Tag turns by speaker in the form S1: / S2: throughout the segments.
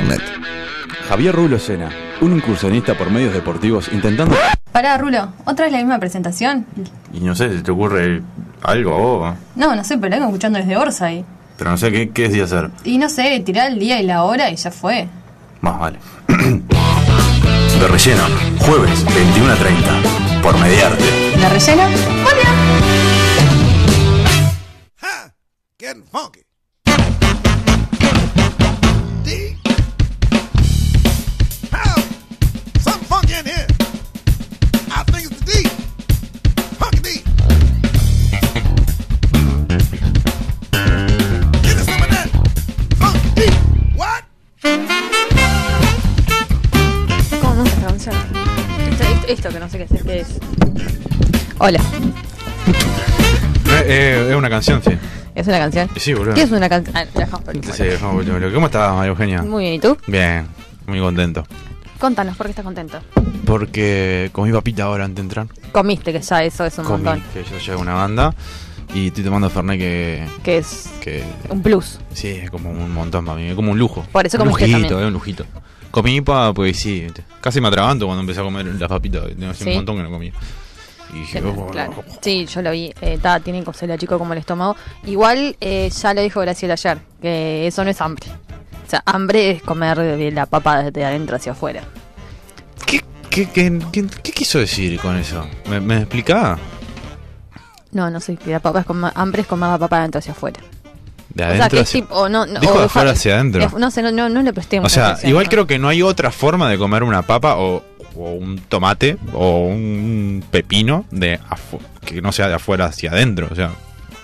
S1: internet.
S2: Javier Rulo Llena, un incursionista por medios deportivos intentando...
S3: Pará, Rulo, ¿otra vez la misma presentación?
S4: Y no sé si te ocurre algo a vos.
S3: No, no sé, pero la vengo escuchando desde Orsa y,
S4: Pero no sé qué, qué es de hacer.
S3: y no sé, tirá el día y la hora y ya fue.
S4: Más vale. De relleno, jueves 21 a 30, por Mediarte.
S3: ¿La rellena? ¡Hola!
S1: Ha! Getting funky. Dig. How? Something funky in here. I think it's the D. Funky D. Give me some of that. Funky D. What?
S5: ¿Cómo me gusta esta canción? Esto, esto- esto que no sé qué es. qué es. Hola,
S4: Eh, eh, es una canción, sí.
S5: ¿es una canción?
S4: Sí, boludo.
S5: ¿Qué es una canción? Ah, la dejamos por último.
S4: Sí, vamos, boludo. ¿Cómo estás, María Eugenia?
S5: Muy bien, ¿y tú?
S4: Bien, muy contento.
S5: Contanos, ¿por qué estás contento?
S4: Porque comí papita ahora antes de entrar.
S5: Comiste, que ya eso es un
S4: Comí,
S5: montón.
S4: que yo llevo una banda. Y estoy tomando Fernet que,
S5: Que es
S4: que...
S5: un plus.
S4: Sí, es como un montón para mí. Es como un lujo.
S5: Por eso
S4: un
S5: comiste
S4: lujito,
S5: también.
S4: eh, un lujito. Comí pa, pues sí. Casi me atraganto cuando empecé a comer las papitas. Tenía hace
S5: Sí.
S4: un montón que no comía. Y dije, oh,
S5: Claro. Sí, yo lo vi. Eh, ta, tienen que ser la chico como el estómago. Igual eh, ya lo dijo Graciela ayer, que eso no es hambre. O sea, hambre es comer de la papa desde adentro hacia afuera.
S4: ¿Qué, qué, qué, qué- qué quiso decir con eso? ¿Me, me explicaba?
S5: No, no sé, que la papa es comer, hambre es comer la papa de adentro hacia afuera.
S4: De
S5: O sea,
S4: adentro
S5: que es
S4: hacia-
S5: tipo, no, no,
S4: Dijo
S5: o
S4: de afuera hacia adentro.
S5: Eh, No sé, no, no, no le presté
S4: O sea, igual creo que no hay otra forma de comer una papa o, o un tomate o un pepino de afu- que no sea de afuera hacia adentro. O sea,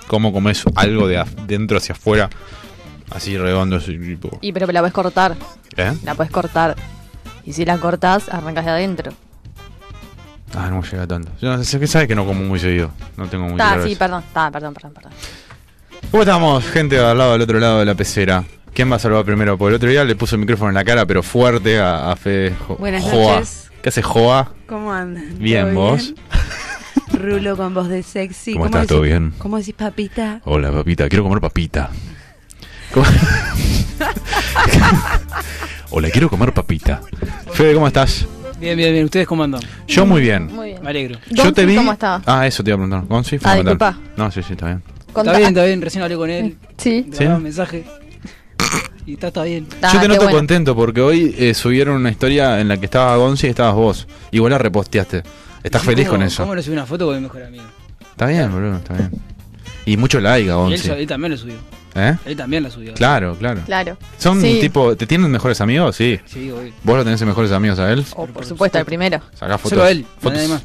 S4: ¿cómo comes algo de adentro hacia afuera? Así redondo, así tipo.
S5: Y pero la puedes cortar,
S4: ¿Eh?
S5: la puedes cortar. Y si la cortás, arrancas de adentro.
S4: Ah, no llega tanto. Yo sé que sabes que no como muy seguido. No tengo muy
S5: Ta,
S4: claro
S5: sí,
S4: eso.
S5: perdón, ta, perdón, perdón, perdón.
S4: ¿Cómo estamos, gente al lado del otro lado de la pecera? ¿Quién va a salvar primero? Porque el otro día le puso el micrófono en la cara, pero fuerte a, a Fede Jo-
S6: Buenas
S4: Joa.
S6: noches.
S4: ¿Qué hace Joa?
S6: ¿Cómo andan?
S4: Bien,
S6: ¿Todo
S4: ¿vos?
S6: Rulo con voz de sexy.
S4: ¿Cómo estás? ¿Todo
S6: decís-
S4: bien?
S6: ¿Cómo decís papita?
S4: Hola, papita, quiero comer papita. ¿Cómo- Hola, quiero comer papita. Fede, ¿cómo estás?
S7: Bien, bien, bien. ¿Ustedes cómo andan?
S4: Yo muy bien.
S5: Muy bien.
S7: Me alegro.
S4: Yo te
S5: Gonfi,
S4: vi.
S5: ¿Cómo está?
S4: Ah, eso te iba a preguntar. Gonfi,
S5: Ah,
S4: fundamental.
S5: disculpa.
S4: No, sí, sí, está bien.
S5: Contá-
S7: Está bien, está bien. Recién hablé con él.
S5: Sí.
S7: Le
S4: ¿Sí?
S7: mandé un mensaje. Y está, está bien.
S5: Ta,
S4: Yo te
S5: Ah, qué
S4: noto
S5: bueno.
S4: contento porque hoy eh, subieron una historia en la que estaba Gonzi y estabas vos. Igual la reposteaste. Estás
S7: ¿Y
S4: feliz
S7: cómo-
S4: con eso.
S7: ¿Cómo le subí una foto con mi mejor amigo?
S4: Está bien, boludo, está bien. Y mucho like a
S7: Y él,
S4: Gonzi.
S7: él también lo subió.
S4: ¿Eh?
S7: Él también la subió.
S4: Oh, Claro, claro.
S5: Claro.
S4: Son
S5: Sí.
S4: tipo, ¿te tienen mejores amigos? Sí.
S7: Sí, obvio.
S4: ¿Vos lo tenés en mejores amigos a él?
S5: O Oh, por supuesto, el primero.
S4: Sacás fotos.
S7: Solo a él,
S4: fotos-
S7: nadie más.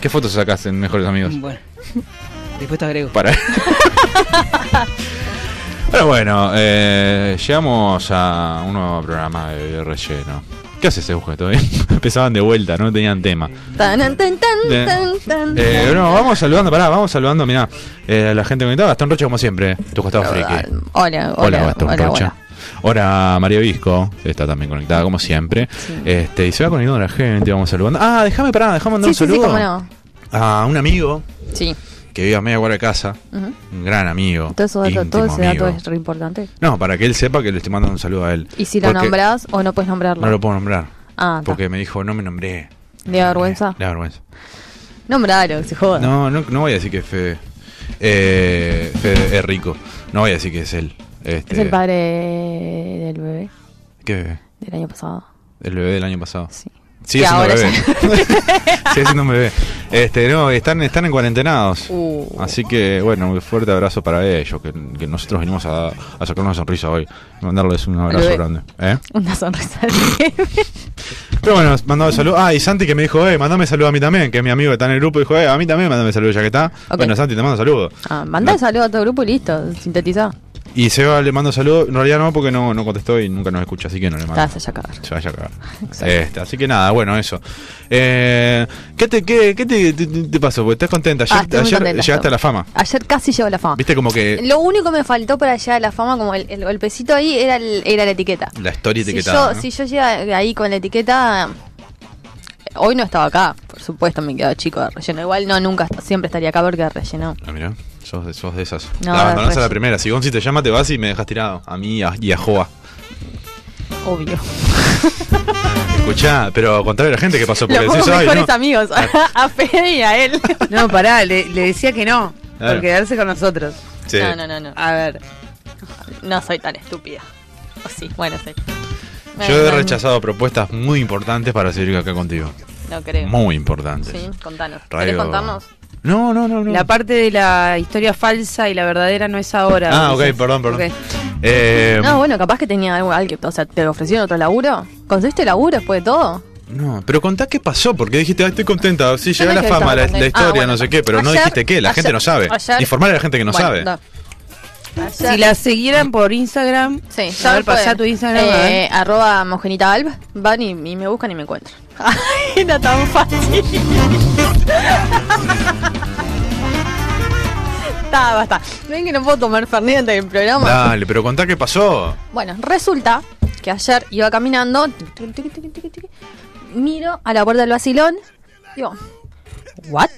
S4: ¿Qué fotos sacás en mejores amigos?
S7: Bueno. Después te agrego.
S4: Para. Pero bueno, eh, llegamos a un nuevo programa de relleno. ¿Qué haces, Euge? ¿Todo bien? Empezaban de vuelta, no tenían tema.
S5: Tan, tan, tan,
S4: Bien.
S5: tan, tan.
S4: Eh, no, vamos saludando, pará, vamos saludando, mirá, eh, a la gente conectada, Gastón Rocha como siempre, tu costado friki.
S5: Hola, hola,
S4: Hola, Gastón
S5: hola,
S4: Rocha.
S5: hola.
S4: Hola, María Visco, está también conectada como siempre. Este, y se va conectando la gente, vamos saludando. Ah, déjame pará, déjame mandar
S5: Sí,
S4: un
S5: sí, sí,
S4: saludo
S5: cómo no.
S4: a un amigo
S5: Sí.
S4: que vive a media cuadra de casa,
S5: Ujú.
S4: un gran amigo.
S5: Todo, eso,
S4: íntimo
S5: todo ese dato
S4: amigo.
S5: es re importante.
S4: No, para que él sepa que le estoy mandando un saludo a él.
S5: Y si lo
S4: Porque
S5: nombrás o no puedes nombrarlo.
S4: No lo puedo nombrar,
S5: ah, ta.
S4: porque me dijo, no me nombré.
S5: ¿Le da vergüenza?
S4: Le da vergüenza.
S5: Nombralo, que se joda.
S4: No, no, no voy a decir que es Fede. Eh, Fede es rico. No voy a decir que es él. Este,
S5: Es el padre del bebé
S4: ¿Qué bebé?
S5: del año pasado.
S4: El bebé del año pasado.
S5: Sí.
S4: Sigue
S5: Que
S4: siendo
S5: ahora
S4: bebé. Sigue siendo un bebé. Este, no, están, están en cuarentenados.
S5: Uh.
S4: Así que, bueno, un fuerte abrazo para ellos. Que, que nosotros venimos a, a sacar una sonrisa hoy. Y Mandarles un abrazo
S5: Bebé.
S4: grande. ¿eh?
S5: Una sonrisa de bebé.
S4: Pero bueno, mandame saludos. Ah, y Santi que me dijo, eh, mandame saludos a mí también. Que es mi amigo que está en el grupo. Dijo, eh, a mí también mandame saludos ya que está.
S5: Ok.
S4: Bueno, Santi, te mando saludos.
S5: Ah, mandá el saludo a todo el grupo y listo, sintetizá.
S4: Y Seba le mando saludos. En realidad no, porque no, no contestó y nunca nos escucha, así que no le
S5: Te vas
S4: mando.
S5: a sacar.
S4: Se vaya a cagar.
S5: Exacto.
S4: Este, así que nada, bueno, eso. Eh, ¿Qué te, qué, qué te, te- te pasó? Porque estás contenta. Ayer,
S5: Ah, estoy muy
S4: ayer
S5: contenta,
S4: llegaste
S5: estoy.
S4: a la fama.
S5: Ayer casi llevo la fama.
S4: Viste como que
S5: Lo único que me faltó para llegar a la fama, como el, el golpecito ahí, era, el- era la etiqueta.
S4: la historia
S5: Si
S4: etiquetada.
S5: yo,
S4: ¿no?
S5: si yo llega ahí con la etiqueta, hoy no estaba acá, por supuesto, me quedaba chico de relleno. Igual no, nunca, est- siempre estaría acá porque de relleno.
S4: Ah, mirá, sos, de- sos de esas.
S5: No,
S4: la abandonás a
S5: pues-
S4: la primera. Si Gonzi te llama, te vas y me dejas tirado. A mí y a- y a Joa.
S5: Obvio.
S4: Escuchá, pero contale a la gente qué pasó. Porque
S5: Los
S4: decís, "Ay,
S5: mejores
S4: no". Ah.
S5: amigos. A Fede y a él.
S6: No, pará, le, le decía que no.
S4: Claro.
S6: Por quedarse con nosotros.
S4: Sí.
S5: No, no, no, no.
S6: A ver.
S5: No soy tan estúpida. O sí, bueno, sí.
S4: Yo
S5: Bueno,
S4: he
S5: no,
S4: rechazado propuestas muy importantes para seguir acá contigo.
S5: No creo.
S4: Muy importantes.
S5: Sí, contanos. ¿Querés
S4: Radio-
S5: contarnos?
S4: No, no, no, no.
S6: La parte de la historia falsa y la verdadera no es ahora.
S4: Ah, ok,
S6: Ulises.
S4: perdón, perdón.
S6: Ok.
S4: Eh,
S5: No, bueno, capaz que tenía algo, alguien, o sea, te ofrecieron otro laburo. ¿Conseguiste laburo después de todo?
S4: No, pero contá qué pasó, porque dijiste, ah, estoy contenta, sí,
S5: Yo
S4: llega
S5: no
S4: la
S5: dije que
S4: fama,
S5: estaba
S4: la, la
S5: contenta.
S4: historia,
S5: Ah, bueno.
S4: no sé qué, pero no
S5: Ayer-
S4: dijiste qué, la
S5: ayer-
S4: gente no sabe.
S5: ayer-
S4: Informar a la gente que no
S5: Bueno,
S4: sabe.
S5: no. Ayer-
S6: Si la siguieran por Instagram,
S5: Sí,
S6: a
S5: ya
S6: ver,
S5: fue.
S6: pasá tu Instagram. a ver.
S5: Eh, arroba mojenita alb. Van y, y me buscan y me encuentran. Ay, no tan fácil. Está, basta. Ven que no puedo tomar fernet antes del programa.
S4: Dale, pero contá qué pasó.
S5: Bueno, resulta que ayer iba caminando, tiqui, tiqui, tiqui, tiqui, tiqui, miro a la puerta del vacilón, digo, ¿what?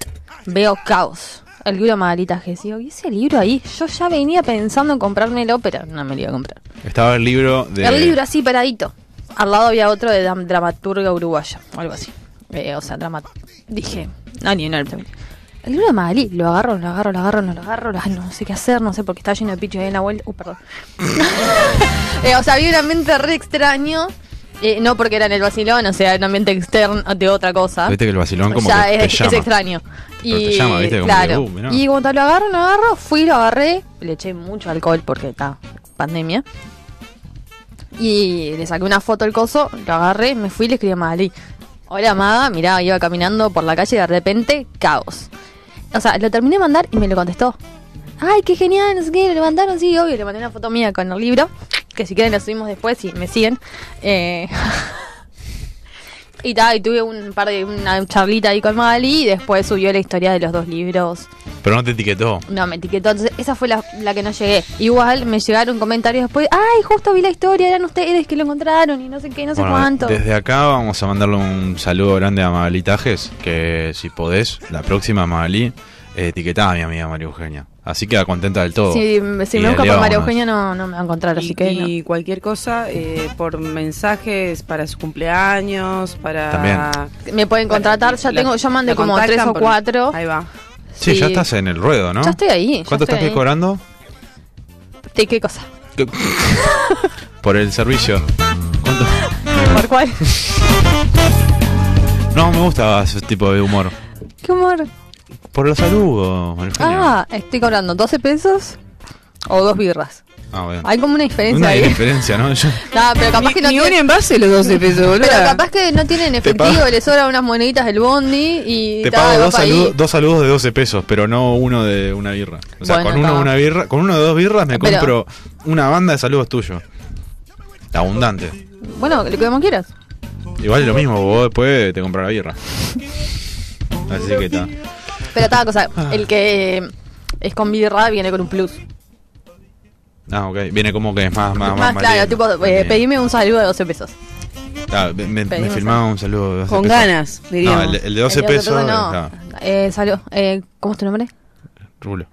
S5: Veo caos. El libro Margaritajes. Digo, ¿y ese libro ahí? Yo ya venía pensando en comprármelo, pero no me lo iba a comprar.
S4: Estaba el libro de.
S5: El libro así paradito. Al lado había otro de dam- dramaturga uruguaya, o algo así. Eh, o sea, drama... Dije, no, ni no, no, no. El libro de Magalí, lo agarro, lo agarro, lo agarro, no lo agarro, lo- ay, no sé qué hacer, no sé por qué está lleno de pichos ahí en la vuelta. Uh, perdón. Eh, o sea, había un ambiente re extraño. eh, no porque era en el vacilón, o sea, era un ambiente externo de otra cosa.
S4: Viste que el vacilón como
S5: o sea,
S4: que
S5: es,
S4: te
S5: es
S4: llama.
S5: extraño.
S4: Pero te llama, ¿viste? Como
S5: claro.
S4: que, uh, mirá.
S5: Y cuando lo agarro, lo agarro, fui, lo agarré, le eché mucho alcohol porque está pandemia. Y le saqué una foto al coso, lo agarré, me fui y le escribí a Magali. Hola, Maga, mirá, iba caminando por la calle y de repente, caos. O sea, lo terminé de mandar y me lo contestó. Ay, qué genial, no sé qué, lo levantaron, sí, obvio, le mandé una foto mía con el libro, que si quieren la subimos después y me siguen. Eh, y tal, y tuve un par de, una charlita ahí con Magali y después subió la historia de los dos libros.
S4: Pero no te etiquetó.
S5: No, me etiquetó. Entonces, esa fue la, la que no llegué. Igual me llegaron comentarios después. Ay, justo vi la historia, eran ustedes que lo encontraron y no sé qué, no sé
S4: Bueno,
S5: cuánto.
S4: Desde acá vamos a mandarle un saludo grande a Magalí Tajes, que si podés, la próxima Magalí, eh, etiquetá a mi amiga María Eugenia. Así queda contenta del todo.
S5: Si, si
S4: Y
S5: me busca por
S4: elevámonos.
S5: María Eugenia no, no me va a encontrar, así
S6: Y,
S5: que no.
S6: y cualquier cosa, eh, por mensajes para su cumpleaños, para.
S4: También.
S5: Me pueden contratar, ya
S6: La-
S5: tengo, yo mandé
S6: la
S5: como tres
S6: contactan
S5: o
S6: por-
S5: cuatro.
S6: Ahí va.
S4: Sí, ya estás en el ruedo, ¿no?
S5: Ya estoy ahí. ya
S4: ¿Cuánto
S5: estoy
S4: estás
S5: ahí.
S4: cobrando?
S5: ¿De qué cosa?
S4: Por el servicio. ¿Cuánto?
S5: ¿Por cuál?
S4: No, me gusta ese tipo de humor.
S5: ¿Qué humor?
S4: Por los saludos, María Eugenia.
S5: Ah, estoy cobrando 12 pesos o dos birras.
S4: Ah, bueno.
S5: Hay como una diferencia
S4: Una
S5: ahí.
S4: diferencia, ¿no? Yo-
S5: No, pero capaz que no
S6: ni un
S5: tienen,
S6: envase los 12 pesos, boludo.
S5: pero capaz que no tienen
S4: Te pago-
S5: efectivo, les sobran unas moneditas del bondi y
S4: Te
S5: ta,
S4: pago
S5: va
S4: dos,
S5: pa' ahí.
S4: saludos- dos saludos de 12 pesos, pero no uno de una birra. O sea,
S5: Bueno,
S4: con uno
S5: está.
S4: de una birra, con uno de dos birras me
S5: Pero-
S4: compro una banda de saludos tuyos. Abundante.
S5: Bueno, lo que como quieras.
S4: Igual es lo mismo, vos después te compras la birra. Así que está.
S5: Pero tal cosa, el que eh, es con birra viene con un plus.
S4: Ah, ok. Viene como que es más, más,
S5: Más,
S4: más
S5: claro,
S4: lindo.
S5: tipo, eh,
S4: Bien.
S5: pedime un saludo de 12 pesos.
S4: Ah, me, me- me
S5: pedimos
S4: filmaba un saludo de 12
S6: Con
S4: pesos.
S6: ganas,
S4: No,
S6: diríamos.
S4: el, de- el de 12
S5: El de
S4: pesos.
S5: no.
S4: está,
S5: Eh, salu- eh, ¿Cómo es tu nombre?
S4: rulo.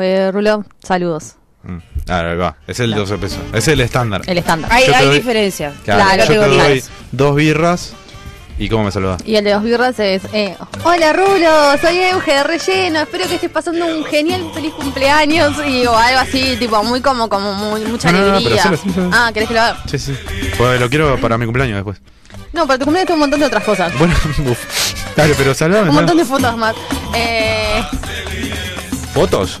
S5: Eh, Rulo, saludos.
S4: Mm. Ah, ahí va. Es el de 12 pesos. Es el estándar.
S5: El estándar.
S6: Hay,
S4: Yo te
S6: hay
S4: doy-
S6: diferencias.
S5: Claro,
S4: yo te doy
S6: categorías.
S4: dos birras y cómo me saludás.
S5: Y el de los birras es, eh, hola Rulo, soy Euge de Relleno, espero que estés pasando un genial feliz cumpleaños y o algo así, tipo, muy como, como muy, mucha
S4: No, no, no, pero
S5: alegría.
S4: hacelo, sí, sí.
S5: ah, ¿querés que lo haga?
S4: Sí, sí. Pues lo quiero para mi cumpleaños después.
S5: No, para tu cumpleaños tengo un montón de otras cosas.
S4: Bueno, uf. Dale, pero saludame.
S5: Un montón
S4: saludame.
S5: de fotos más. Eh,
S4: ¿Fotos?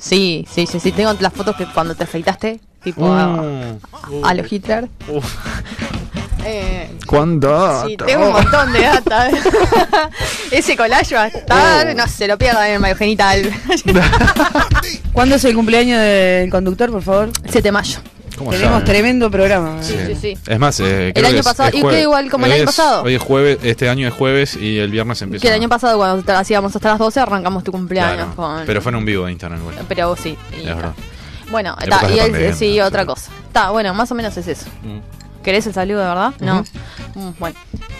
S5: sí, sí, sí, sí, tengo las fotos que cuando te afeitaste, tipo a,
S4: Mm.
S5: a los Hitler.
S4: Uf.
S5: Eh,
S4: ¿Cuándo?
S5: Sí, tengo un montón de data. Ese collage va a
S4: Oh.
S5: estar. No se lo pierdan en Mario Genital.
S6: ¿Cuándo es el cumpleaños del conductor, por favor?
S5: 7 de mayo.
S4: ¿Cómo
S6: Tenemos
S4: saben?
S6: tremendo programa. ¿eh?
S5: Sí, sí, sí.
S4: Es más, eh, creo
S5: año
S4: que es-
S5: pasado-
S4: es
S5: ¿y qué,
S4: jueves.
S5: igual como el
S4: Hoy
S5: año
S4: es-
S5: pasado?
S4: Hoy es jueves, este año es jueves y el viernes empieza.
S5: Que el año pasado, cuando te hacíamos hasta las 12, arrancamos tu
S4: Claro,
S5: cumpleaños. con-
S4: Pero fue en un vivo de Instagram igual.
S5: Pero vos sí. y
S4: Es
S5: ta.
S4: verdad.
S5: Bueno,
S4: Épocas
S5: ta,
S4: de
S5: y él
S4: pandemia,
S5: sí,
S4: sí.
S5: otra cosa. Está, bueno, más o menos es eso.
S4: Mm.
S5: ¿Querés el saludo, de verdad? No. Mm, bueno.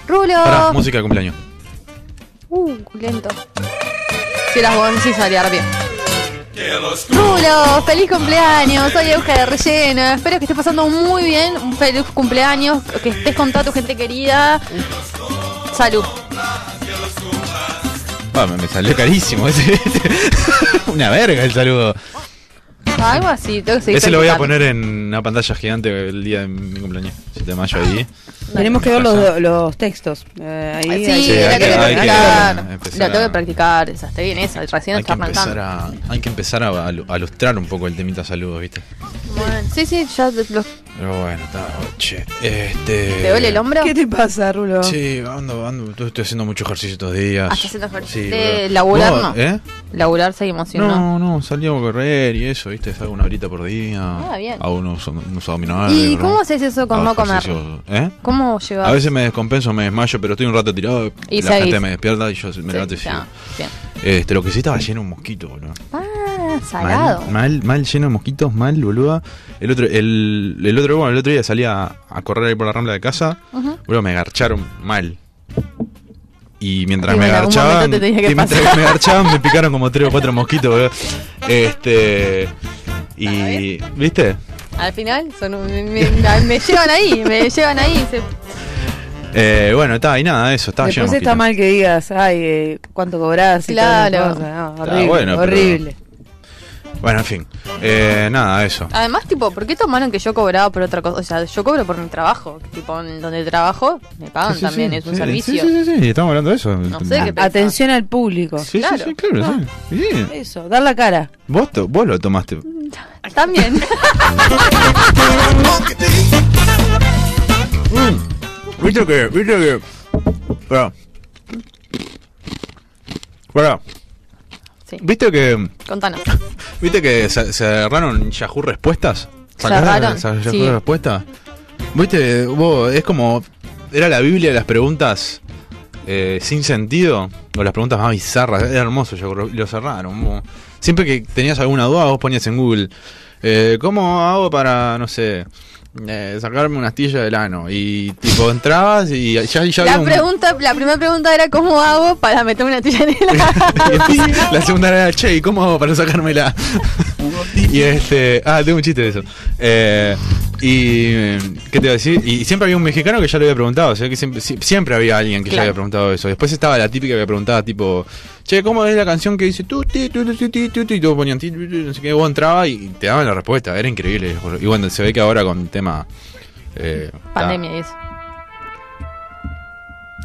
S5: Rulo.
S4: Pará, música de cumpleaños.
S5: Uh, lento. Si las vos sí salía bien. Rulo, feliz cumpleaños, soy Euge de Relleno, espero que estés pasando muy bien, un feliz cumpleaños, que estés con toda tu gente querida. Salud.
S4: Ah, me, me salió carísimo ese. este. Una verga el saludo.
S5: Algo así, tengo que seguir
S4: ese lo voy a
S5: practicando.
S4: poner en una pantalla gigante el día de mi cumpleaños, 7 de mayo ahí.
S6: Tenemos que ver los, los textos. Eh, ahí, ahí.
S5: Sí,
S4: Sí,
S5: la
S4: hay que-
S5: tengo que
S4: hay que
S5: practicar.
S4: empezar
S5: La tengo que
S4: a-
S5: practicar, esa, está bien esa, recién
S4: Hay que,
S5: está
S4: empezar
S5: arrancando.
S4: a, hay que empezar a, a lu- a lustrar un poco el temita saludos, ¿viste?
S5: Bueno, Sí, sí, ya de- los-
S4: Pero bueno, está. oh, Che, este.
S5: te duele el hombro.
S6: ¿Qué te pasa, Rulo?
S4: Sí, ando, ando. yo Estoy haciendo mucho ejercicio estos días.
S5: Ah, estás haciendo ejercicio.
S4: Sí,
S5: De
S4: bro.
S5: laburar, no.
S4: ¿Eh?
S5: Laburar seguimos sin no.
S4: No, no, salí a correr y eso, ¿viste? Salgo una horita por día.
S5: Ah, bien.
S4: Hago unos, unos abdominales.
S5: ¿Y
S4: bro.
S5: cómo haces eso con
S4: Hago
S5: no comer?
S4: ejercicios, ¿Eh?
S5: ¿Cómo llevas?
S4: A veces me descompenso, me desmayo, pero estoy un rato tirado.
S5: Y
S4: la gente
S5: seguís.
S4: me despierta y yo me
S5: Sí,
S4: levanto y sigo.
S5: ya, bien.
S4: Este, lo que sí estaba lleno de mosquitos, boludo.
S5: Ah, salado.
S4: Mal, mal, mal, lleno de mosquitos, mal, boluda. El otro, el, el otro, bueno, el otro día salía a, a correr ahí por la rambla de casa,
S5: Ujú.
S4: boludo, me garcharon mal. Y mientras
S5: Y
S4: me
S5: en algún
S4: garchaban,
S5: momento te tenía que
S4: y mientras me garchaban, me picaron como tres o cuatro mosquitos, boludo. Este. Y.
S5: ¿eh?
S4: ¿Viste?
S5: Al final son un- me, me- me llevan ahí, me llevan ahí. se-
S4: Eh, bueno, estaba y nada, eso, estaba lleno
S6: Después
S4: de
S6: está
S4: mosquitos.
S6: mal que digas, ay, eh, cuánto cobras y todas esas
S5: Claro.
S6: cosas, no,
S4: Ah,
S6: horrible,
S4: bueno, pero-
S6: horrible.
S4: Bueno, en fin. Eh, nada, eso.
S5: Además, tipo, ¿por qué tomaron que yo cobraba por otra cosa? O sea, yo cobro por mi trabajo. Tipo, en donde trabajo me pagan
S4: Sí, sí,
S5: Ah, también,
S4: sí,
S5: es un
S4: sí,
S5: servicio.
S4: Sí, sí, sí, sí, estamos hablando de eso. Ah,
S5: No sé qué pensás.
S6: Atención al público.
S4: Sí, sí,
S5: Claro. Ah.
S4: sí, claro, sí. Sí.
S6: Eso, dar la cara.
S4: Vos, to- vos lo tomaste.
S5: También.
S4: 음. Viste que, viste que. Pará. Pará.
S5: Sí.
S4: Viste que.
S5: Contanos.
S4: Viste que se, se agarraron Yahoo respuestas.
S5: ¿Cerraron?
S4: ¿Sa- Yahoo
S5: Sí.
S4: respuestas? Viste, vos, es como. Era la Biblia de las preguntas eh, sin sentido. O las preguntas más bizarras. Era hermoso, Yahoo, lo- lo cerraron. vos. Siempre que tenías alguna duda, vos ponías en Google. eh, ¿Cómo hago para, no sé. eh, sacarme una astilla del ano y tipo entrabas y ya, ya había
S5: La
S4: un-
S5: pregunta, la primera pregunta era ¿cómo hago para meterme una tira en el
S4: la segunda era, che, ¿y cómo hago para sacármela? y este. Ah, tengo un chiste de eso. Eh, y. eh, ¿Qué te iba a decir? Y siempre había un mexicano que ya lo había preguntado. O sea, que siempre, sie- siempre había alguien que ya
S5: Claro.
S4: había preguntado eso. Después estaba la típica que preguntaba, tipo, che, ¿cómo es la canción que dice tu, ti, tu, tu, ti, ti, tu, ti? Y todos ponían ti, tu, tu, no sé qué. Vos entrabas y te daban la respuesta. Era increíble. Y bueno, se ve que ahora con el tema. eh,
S5: Pandemia y eso.
S4: ta- ah,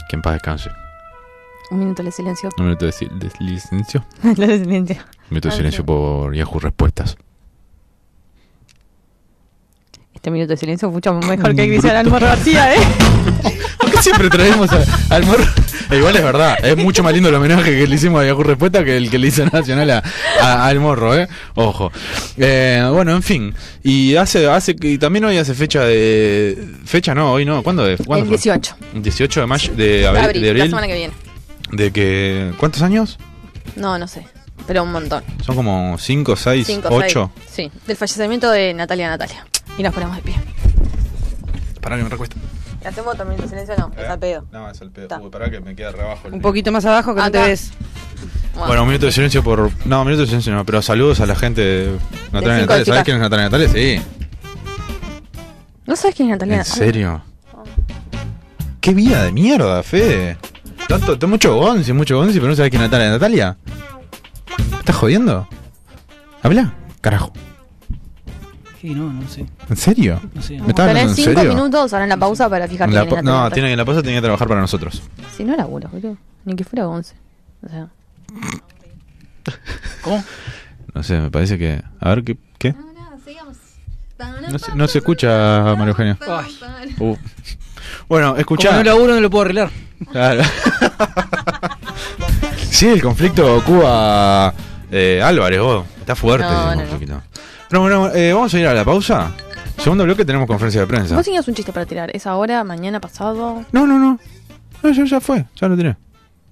S4: que en paz descanse.
S5: Un minuto de silencio.
S4: Un minuto de sil- de silencio.
S5: Un minuto de silencio.
S4: Un minuto de
S5: Ah,
S4: silencio
S5: sí.
S4: por Yahoo Respuestas.
S5: Este minuto de silencio es mucho mejor que Cristian Almor García, ¿eh?
S4: ¿Por qué siempre traemos a- al morro? Eh, igual es verdad, es mucho más lindo el homenaje que le hicimos a Yahoo Respuesta que el que le hizo Nacional a- a- al morro, ¿eh? Ojo. Eh, bueno, en fin. Y hace, hace y también hoy hace fecha de. Fecha no, hoy no. ¿Cuándo es? ¿Cuándo
S5: El
S4: fue?
S5: 18.
S4: 18 de mayo, de abri-
S5: Abril,
S4: de
S5: la
S4: abril,
S5: semana que viene.
S4: de que. ¿Cuántos años?
S5: No, no sé. Pero un montón.
S4: Son como 5, 6,
S5: Cinco,
S4: 8.
S5: seis. Sí, del fallecimiento de Natalia Natalia. Y nos ponemos de pie.
S4: Pará que me recuesta.
S5: ¿Le hacemos otro minuto de silencio? No,
S4: Eh.
S5: es al pedo.
S4: No, es al pedo.
S5: Ta.
S4: Uy, pará que me queda rebajo. el
S6: Un poquito más abajo que no te
S5: Acá.
S6: ves.
S4: Bueno, un minuto de silencio por. No, un minuto de silencio no, pero saludos a la gente de Natalia
S5: cinco
S4: Natales. ¿Sabes
S5: chicas.
S4: quién es Natalia Natales? Sí.
S5: ¿No sabes quién es Natalia
S4: ¿En serio? ¡Qué vida de mierda, Fede! Tanto, tan- mucho Gonzi, mucho Gonzi, pero no sabes quién es Natalia Natalia. ¿Me ¿Estás jodiendo? ¿Habla? Carajo.
S7: Sí, no, no sé.
S4: ¿En serio?
S7: No sé.
S4: ¿Me estás hablando
S5: Tenés
S4: en
S5: cinco
S4: serio?
S5: minutos ahora en la pausa para fijarte
S4: La
S5: quién es
S4: po- no,
S5: Natalia
S4: tiene que en la pausa tenía que trabajar para nosotros.
S5: Natalia. Si no laburo, boludo. Ni que fuera 11. O sea,
S7: ¿Cómo?
S4: No sé, me parece que. A ver, ¿qué? qué? No, se, no se escucha, Mario Eugenio.
S7: Ay,
S4: Uh. Bueno,
S7: como
S4: escuchá.
S7: no laburo no lo puedo arreglar.
S4: Claro. sí, el conflicto Cuba eh, Álvarez, vos. Está fuerte
S5: No,
S4: ese
S5: no, no.
S4: conflicto. Pero bueno, eh, vamos a ir a la pausa. Segundo bloque tenemos conferencia de prensa.
S5: vos tenías un chiste para tirar. Es ahora, mañana, pasado.
S4: No, no, no. No, ya, ya fue, ya lo tiré.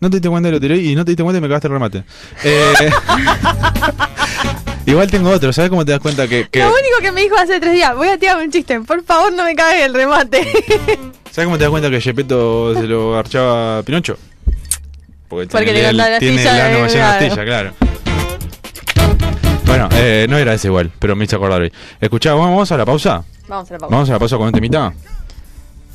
S4: No te diste cuenta y lo tiré y no te diste cuenta y me cagaste el remate. Eh, igual tengo otro, ¿sabes cómo te das cuenta que, que-
S5: Lo único que me dijo hace tres días, voy a tirar un chiste, por favor no me cagues el remate.
S4: ¿Sabes cómo te das cuenta que Gepetto se lo archaba a Pinocho? Porque,
S5: Porque le
S4: el-
S5: cortaba la
S4: tiene
S5: astilla
S4: el ano
S5: de
S4: lleno de
S5: grado.
S4: astilla, claro. Bueno, Eh, no era ese igual, pero me hice acordar hoy. Escuchá, ¿vamos- ¿vamos a la pausa?
S8: Vamos a la pausa.
S4: ¿Vamos a la pausa con un temita?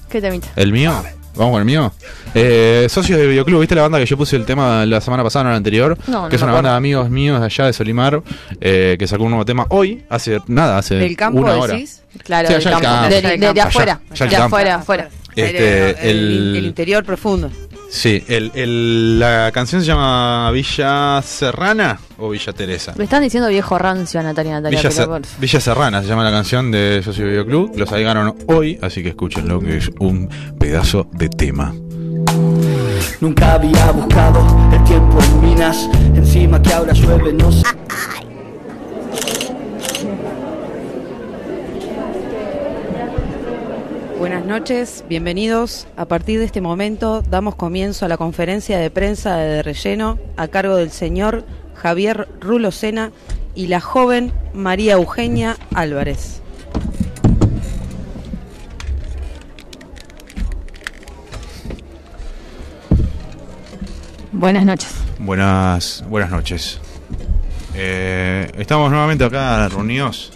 S8: ¿Qué temita?
S4: ¿El mío? ¿Vamos con el mío? Eh, socios de Videoclub, ¿viste la banda que yo puse el tema la semana pasada, no la anterior?
S8: No, no
S4: que es
S8: me
S4: una
S8: acuerdo.
S4: banda de amigos míos de allá de Solimar, eh, que sacó un nuevo tema hoy, hace nada, hace
S6: Del campo
S4: Eh, una hora.
S6: decís.
S8: Claro,
S4: Sí,
S8: del
S4: allá al
S8: campo.
S4: campo.
S8: De, de- de
S6: Allá-
S8: afuera.
S4: allá al
S8: de
S4: campo.
S8: afuera, afuera.
S4: Este, el-
S6: el, el interior profundo.
S4: Sí, el, el- la canción se llama Villa Serrana o Villa Teresa.
S8: Me están diciendo viejo rancio a Natalia Natalia.
S4: Villa,
S8: pero
S4: Ser-
S8: bueno.
S4: Villa Serrana se llama la canción de Socio Videoclub. Los salgaron hoy, así que escúchenlo, que es un pedazo de tema.
S9: Nunca había buscado el tiempo en minas, encima que ahora llueve, no sé.
S6: Buenas noches, bienvenidos. A partir de este momento damos comienzo a la conferencia de prensa de relleno a cargo del señor Javier Rulo Sena y la joven María Eugenia Álvarez.
S8: Buenas noches.
S4: Buenas, buenas noches. Eh, estamos nuevamente acá reunidos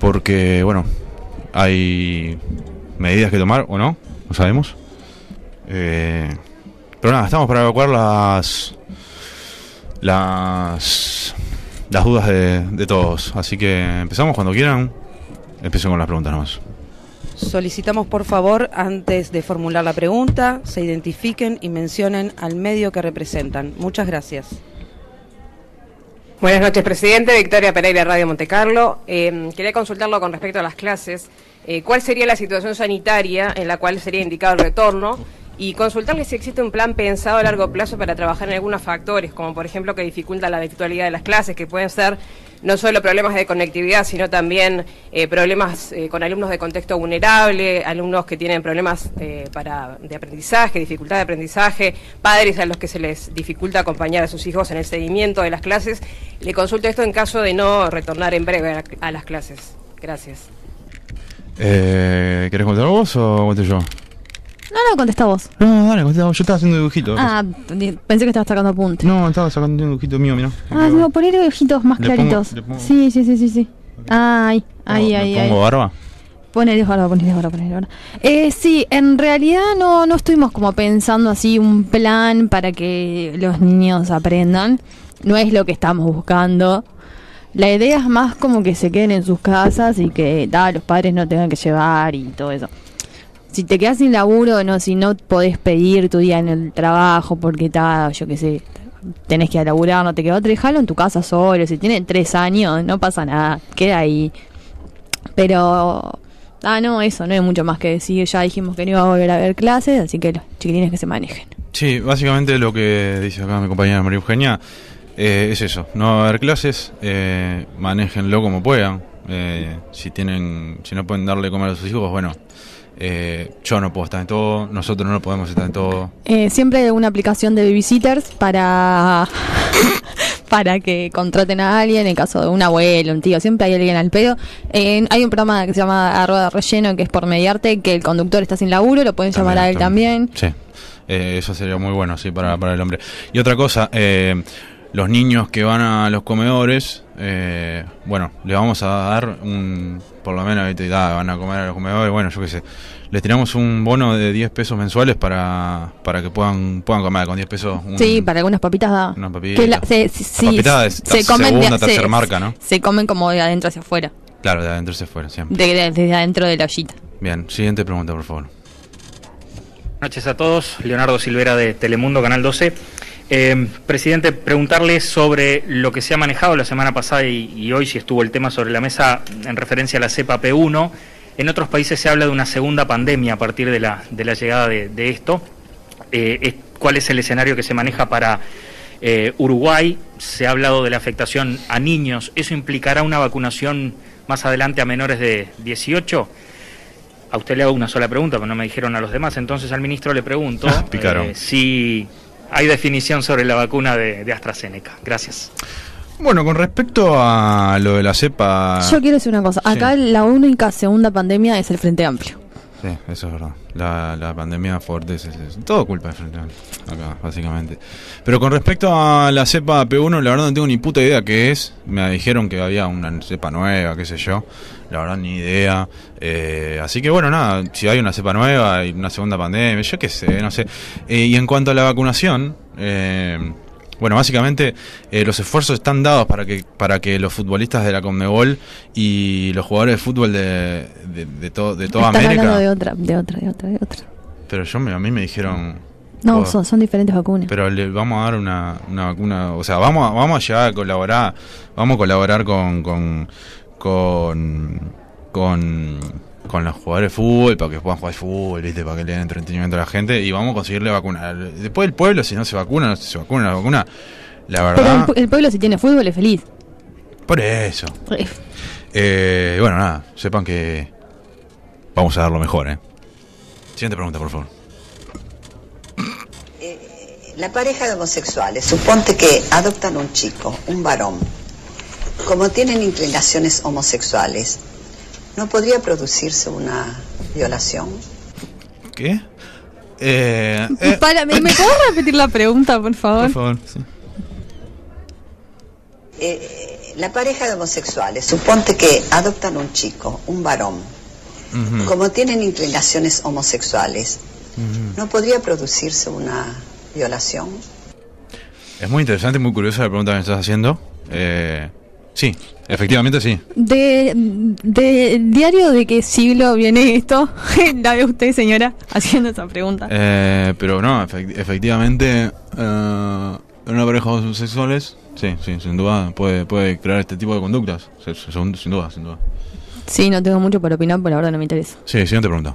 S4: porque, bueno, hay medidas que tomar o no, no sabemos. Eh, pero nada, estamos para evacuar las las las dudas de, de todos. Así que empezamos cuando quieran. Empiezo con las preguntas nomás.
S6: Solicitamos por favor, antes de formular la pregunta, se identifiquen y mencionen al medio que representan. Muchas gracias.
S10: Buenas noches, presidente. Victoria Pereira, Radio Montecarlo. Eh, quería consultarlo con respecto a las clases. Eh, ¿Cuál sería la situación sanitaria en la cual sería indicado el retorno? Y consultarle si existe un plan pensado a largo plazo para trabajar en algunos factores, como por ejemplo que dificulta la virtualidad de las clases, que pueden ser no solo problemas de conectividad, sino también eh, problemas eh, con alumnos de contexto vulnerable, alumnos que tienen problemas eh, para, de aprendizaje, dificultad de aprendizaje, padres a los que se les dificulta acompañar a sus hijos en el seguimiento de las clases. Le consulto esto en caso de no retornar en breve a, a las clases. Gracias.
S4: Eh, ¿Querés contar vos o cuento yo?
S8: No, no, contesta vos.
S4: No, dale, contá vos. Yo estaba haciendo dibujitos.
S8: Ah, di- pensé que estabas sacando apuntes.
S4: No, estaba sacando un dibujito mío, mira.
S8: Este. Ah, no, poner ojitos más
S4: Le pongo-
S8: claritos.
S4: le pongo-
S8: Sí, sí, sí, sí, sí. Ay, ay,
S4: ¿Me
S8: ay, ay.
S4: pongo barba?
S8: Ponele barba, ponele barba, ponele barba. Eh, sí, en realidad no, no estuvimos como pensando así un plan para que los niños aprendan. No es lo que estamos buscando. La idea es más como que se queden en sus casas y que da, los padres no tengan que llevar y todo eso. Si te quedas sin laburo, no, si no podés pedir tu día en el trabajo porque ta, yo qué sé, tenés que ir a laburar, no te queda otra, déjalo en tu casa solo. Si tiene tres años, no pasa nada, queda ahí. Pero. Ah, no, eso, no hay mucho más que decir. Ya dijimos que no iba a volver a haber clases, así que los chiquilines que se manejen.
S4: Sí, básicamente lo que dice acá mi compañera María Eugenia eh, es eso. No va a haber clases, eh, manéjenlo como puedan. Eh, si tienen, si no pueden darle comer a sus hijos, bueno, eh, yo no puedo estar en todo, nosotros no podemos estar en todo.
S8: Eh, siempre hay una aplicación de babysitters para. para que contraten a alguien, en caso de un abuelo, un tío, siempre hay alguien al pedo. En- hay un programa que se llama Arroba de Relleno, que es por mediarte, que el conductor está sin laburo, lo pueden llamar a él también.
S4: Sí, Eh, eso sería muy bueno, sí, para, para el hombre. Y otra cosa, eh, los niños que van a los comedores, eh, bueno, le vamos a dar un, por lo menos, ¿viste? Da, van a comer a los comedores, bueno, yo qué sé, les tiramos un bono de 10 pesos mensuales para, para que puedan, puedan comer con 10 pesos. un-
S8: Sí, para algunas papitas da.
S4: Una papita.
S8: que la- se, se- sí,
S4: papita es
S8: se
S4: ter-
S8: comen de-
S4: segunda,
S8: se-
S4: tercer marca, ¿no?
S8: Se comen como de adentro hacia afuera,
S4: Claro, de adentro se fuera, siempre.
S8: de- de- desde adentro de la ollita.
S4: Bien, siguiente pregunta, por favor.
S11: Buenas noches a todos. Leonardo Silvera de Telemundo, Canal 12. Eh, presidente, preguntarle sobre lo que se ha manejado la semana pasada y, y hoy, si estuvo el tema sobre la mesa en referencia a la cepa P1. En otros países se habla de una segunda pandemia a partir de la, de la llegada de, de esto. Eh, es- ¿Cuál es el escenario que se maneja para eh, Uruguay? Se ha hablado de la afectación a niños. ¿Eso implicará una vacunación más adelante a menores de 18? A usted le hago una sola pregunta, pero no me dijeron a los demás. Entonces al ministro le pregunto
S4: Ah, picaron.
S11: eh, si hay definición sobre la vacuna de, de AstraZeneca. Gracias.
S4: Bueno, con respecto a lo de la cepa... Ah.
S8: Yo quiero decir una cosa. Acá la única segunda pandemia es el Frente Amplio.
S4: Sí, eso es verdad. La, la pandemia fuerte es, es- es todo culpa de Frente Amplio, acá, básicamente. Pero con respecto a la cepa P1, la verdad no tengo ni puta idea qué es. Me dijeron que había una cepa nueva, qué sé yo. La verdad ni idea. Eh, así que bueno, nada, si hay una cepa nueva y una segunda pandemia, yo qué sé, no sé. Eh, y en cuanto a la vacunación, eh, bueno, básicamente eh, los esfuerzos están dados para que, para que los futbolistas de la Conmebol y los jugadores de fútbol de, de, de to- de toda
S5: Estás
S4: América...
S5: hablando de otra, de otra, de otra, de otra.
S4: Pero yo me- a mí me dijeron.
S5: No,
S4: "Joder,
S5: son, son diferentes vacunas.
S4: Pero le vamos a dar una, una vacuna. O sea, vamos, a- vamos a llegar a colaborar. Vamos a colaborar con. con. con. con, con los jugadores de fútbol, para que puedan jugar fútbol, ¿viste? para que le den entretenimiento a la gente. Y vamos a conseguirle vacuna. Después el pueblo, si no se vacuna, no se vacuna, no se vacuna. La
S5: Pero el,
S4: verdad.
S5: pu- el pueblo si tiene fútbol es feliz.
S4: Por eso.
S5: Eh,
S4: Eh, bueno, nada, sepan que. Vamos a dar lo mejor, ¿eh? Siguiente pregunta, por favor.
S12: La pareja de homosexuales, suponte que adoptan un chico, un varón. Como tienen inclinaciones homosexuales, ¿no podría producirse una violación?
S4: ¿Qué? Eh, eh,
S5: Para, ¿me, me puedo repetir la pregunta, por favor?
S4: por favor, sí.
S12: Eh, la pareja de homosexuales, suponte que adoptan un chico, un varón.
S10: Mm.
S4: Ujú.
S12: Como tienen inclinaciones homosexuales,
S10: Mm-hmm.
S12: ¿no podría producirse una violación?
S4: Es muy interesante y muy curiosa la pregunta que me estás haciendo. Eh, sí, efectivamente sí.
S5: De, de diario de qué siglo viene esto, la ve usted, señora, haciendo esa pregunta.
S4: Eh, pero no, efect- efectivamente, eh, en una pareja de homosexuales, sí, sí, sin duda, puede, puede crear este tipo de conductas. Se- se- Sin, sin duda, sin duda.
S5: Sí, no tengo mucho para opinar, por ahora no me interesa.
S4: Sí, siguiente pregunta.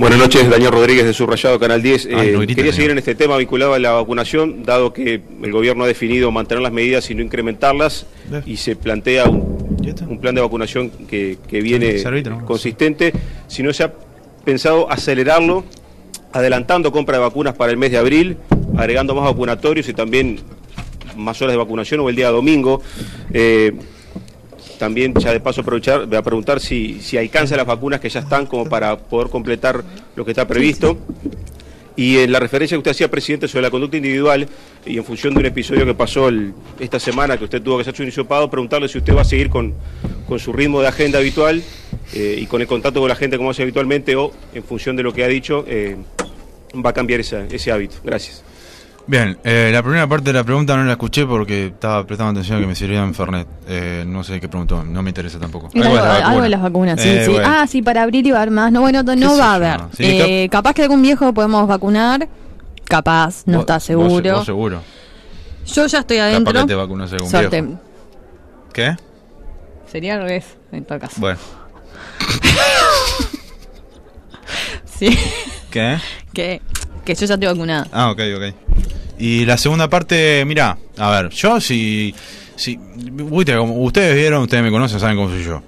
S10: Buenas noches, Daniel Rodríguez de Subrayado, Canal 10.
S4: Ay,
S10: Eh,
S4: no grites,
S10: quería
S4: señor.
S10: seguir en este tema vinculado a la vacunación, dado que el gobierno ha definido mantener las medidas y no incrementarlas, y se plantea un, un plan de vacunación que, que viene
S4: Se arbitra, ¿no?
S10: consistente, si no se ha pensado acelerarlo, adelantando compra de vacunas para el mes de abril, agregando más vacunatorios y también más horas de vacunación o el día domingo. Eh, también ya de paso aprovechar, voy a preguntar si, si alcanza las vacunas que ya están como para poder completar lo que está previsto. Y en la referencia que usted hacía, presidente, sobre la conducta individual y en función de un episodio que pasó el- esta semana que usted tuvo que ser suicidopado, preguntarle si usted va a seguir con, con su ritmo de agenda habitual eh, y con el contacto con la gente como hace habitualmente o en función de lo que ha dicho, eh, va a cambiar esa- ese hábito. Gracias.
S4: Bien, eh, la primera parte de la pregunta no la escuché porque estaba prestando atención a que me sirvieran Fernet. Eh, no sé qué preguntó, no me interesa tampoco.
S5: Algo,
S4: de la
S5: algo
S4: vacuna.
S5: de las vacunas, sí,
S4: Eh,
S5: sí.
S4: bueno.
S5: Ah, sí, para abril iba a haber más. No, bueno, no, no
S4: sé
S5: va a
S4: yo?
S5: haber.
S4: Sí,
S5: Eh, capaz que algún viejo podemos vacunar, capaz, no
S4: Vos-
S5: está
S4: vos-
S5: seguro.
S4: vos seguro.
S5: Yo ya estoy adentro.
S4: Capaz que te vacunas algún
S5: Sorte.
S4: viejo. ¿Qué?
S5: Sería al revés, en todo caso.
S4: Bueno,
S5: Sí,
S4: ¿qué?
S5: que, que yo ya estoy vacunada.
S4: Ah, ok, ok. Y la segunda parte, mira, a ver, yo si. si viste, como ustedes vieron, ustedes me conocen, saben cómo soy yo.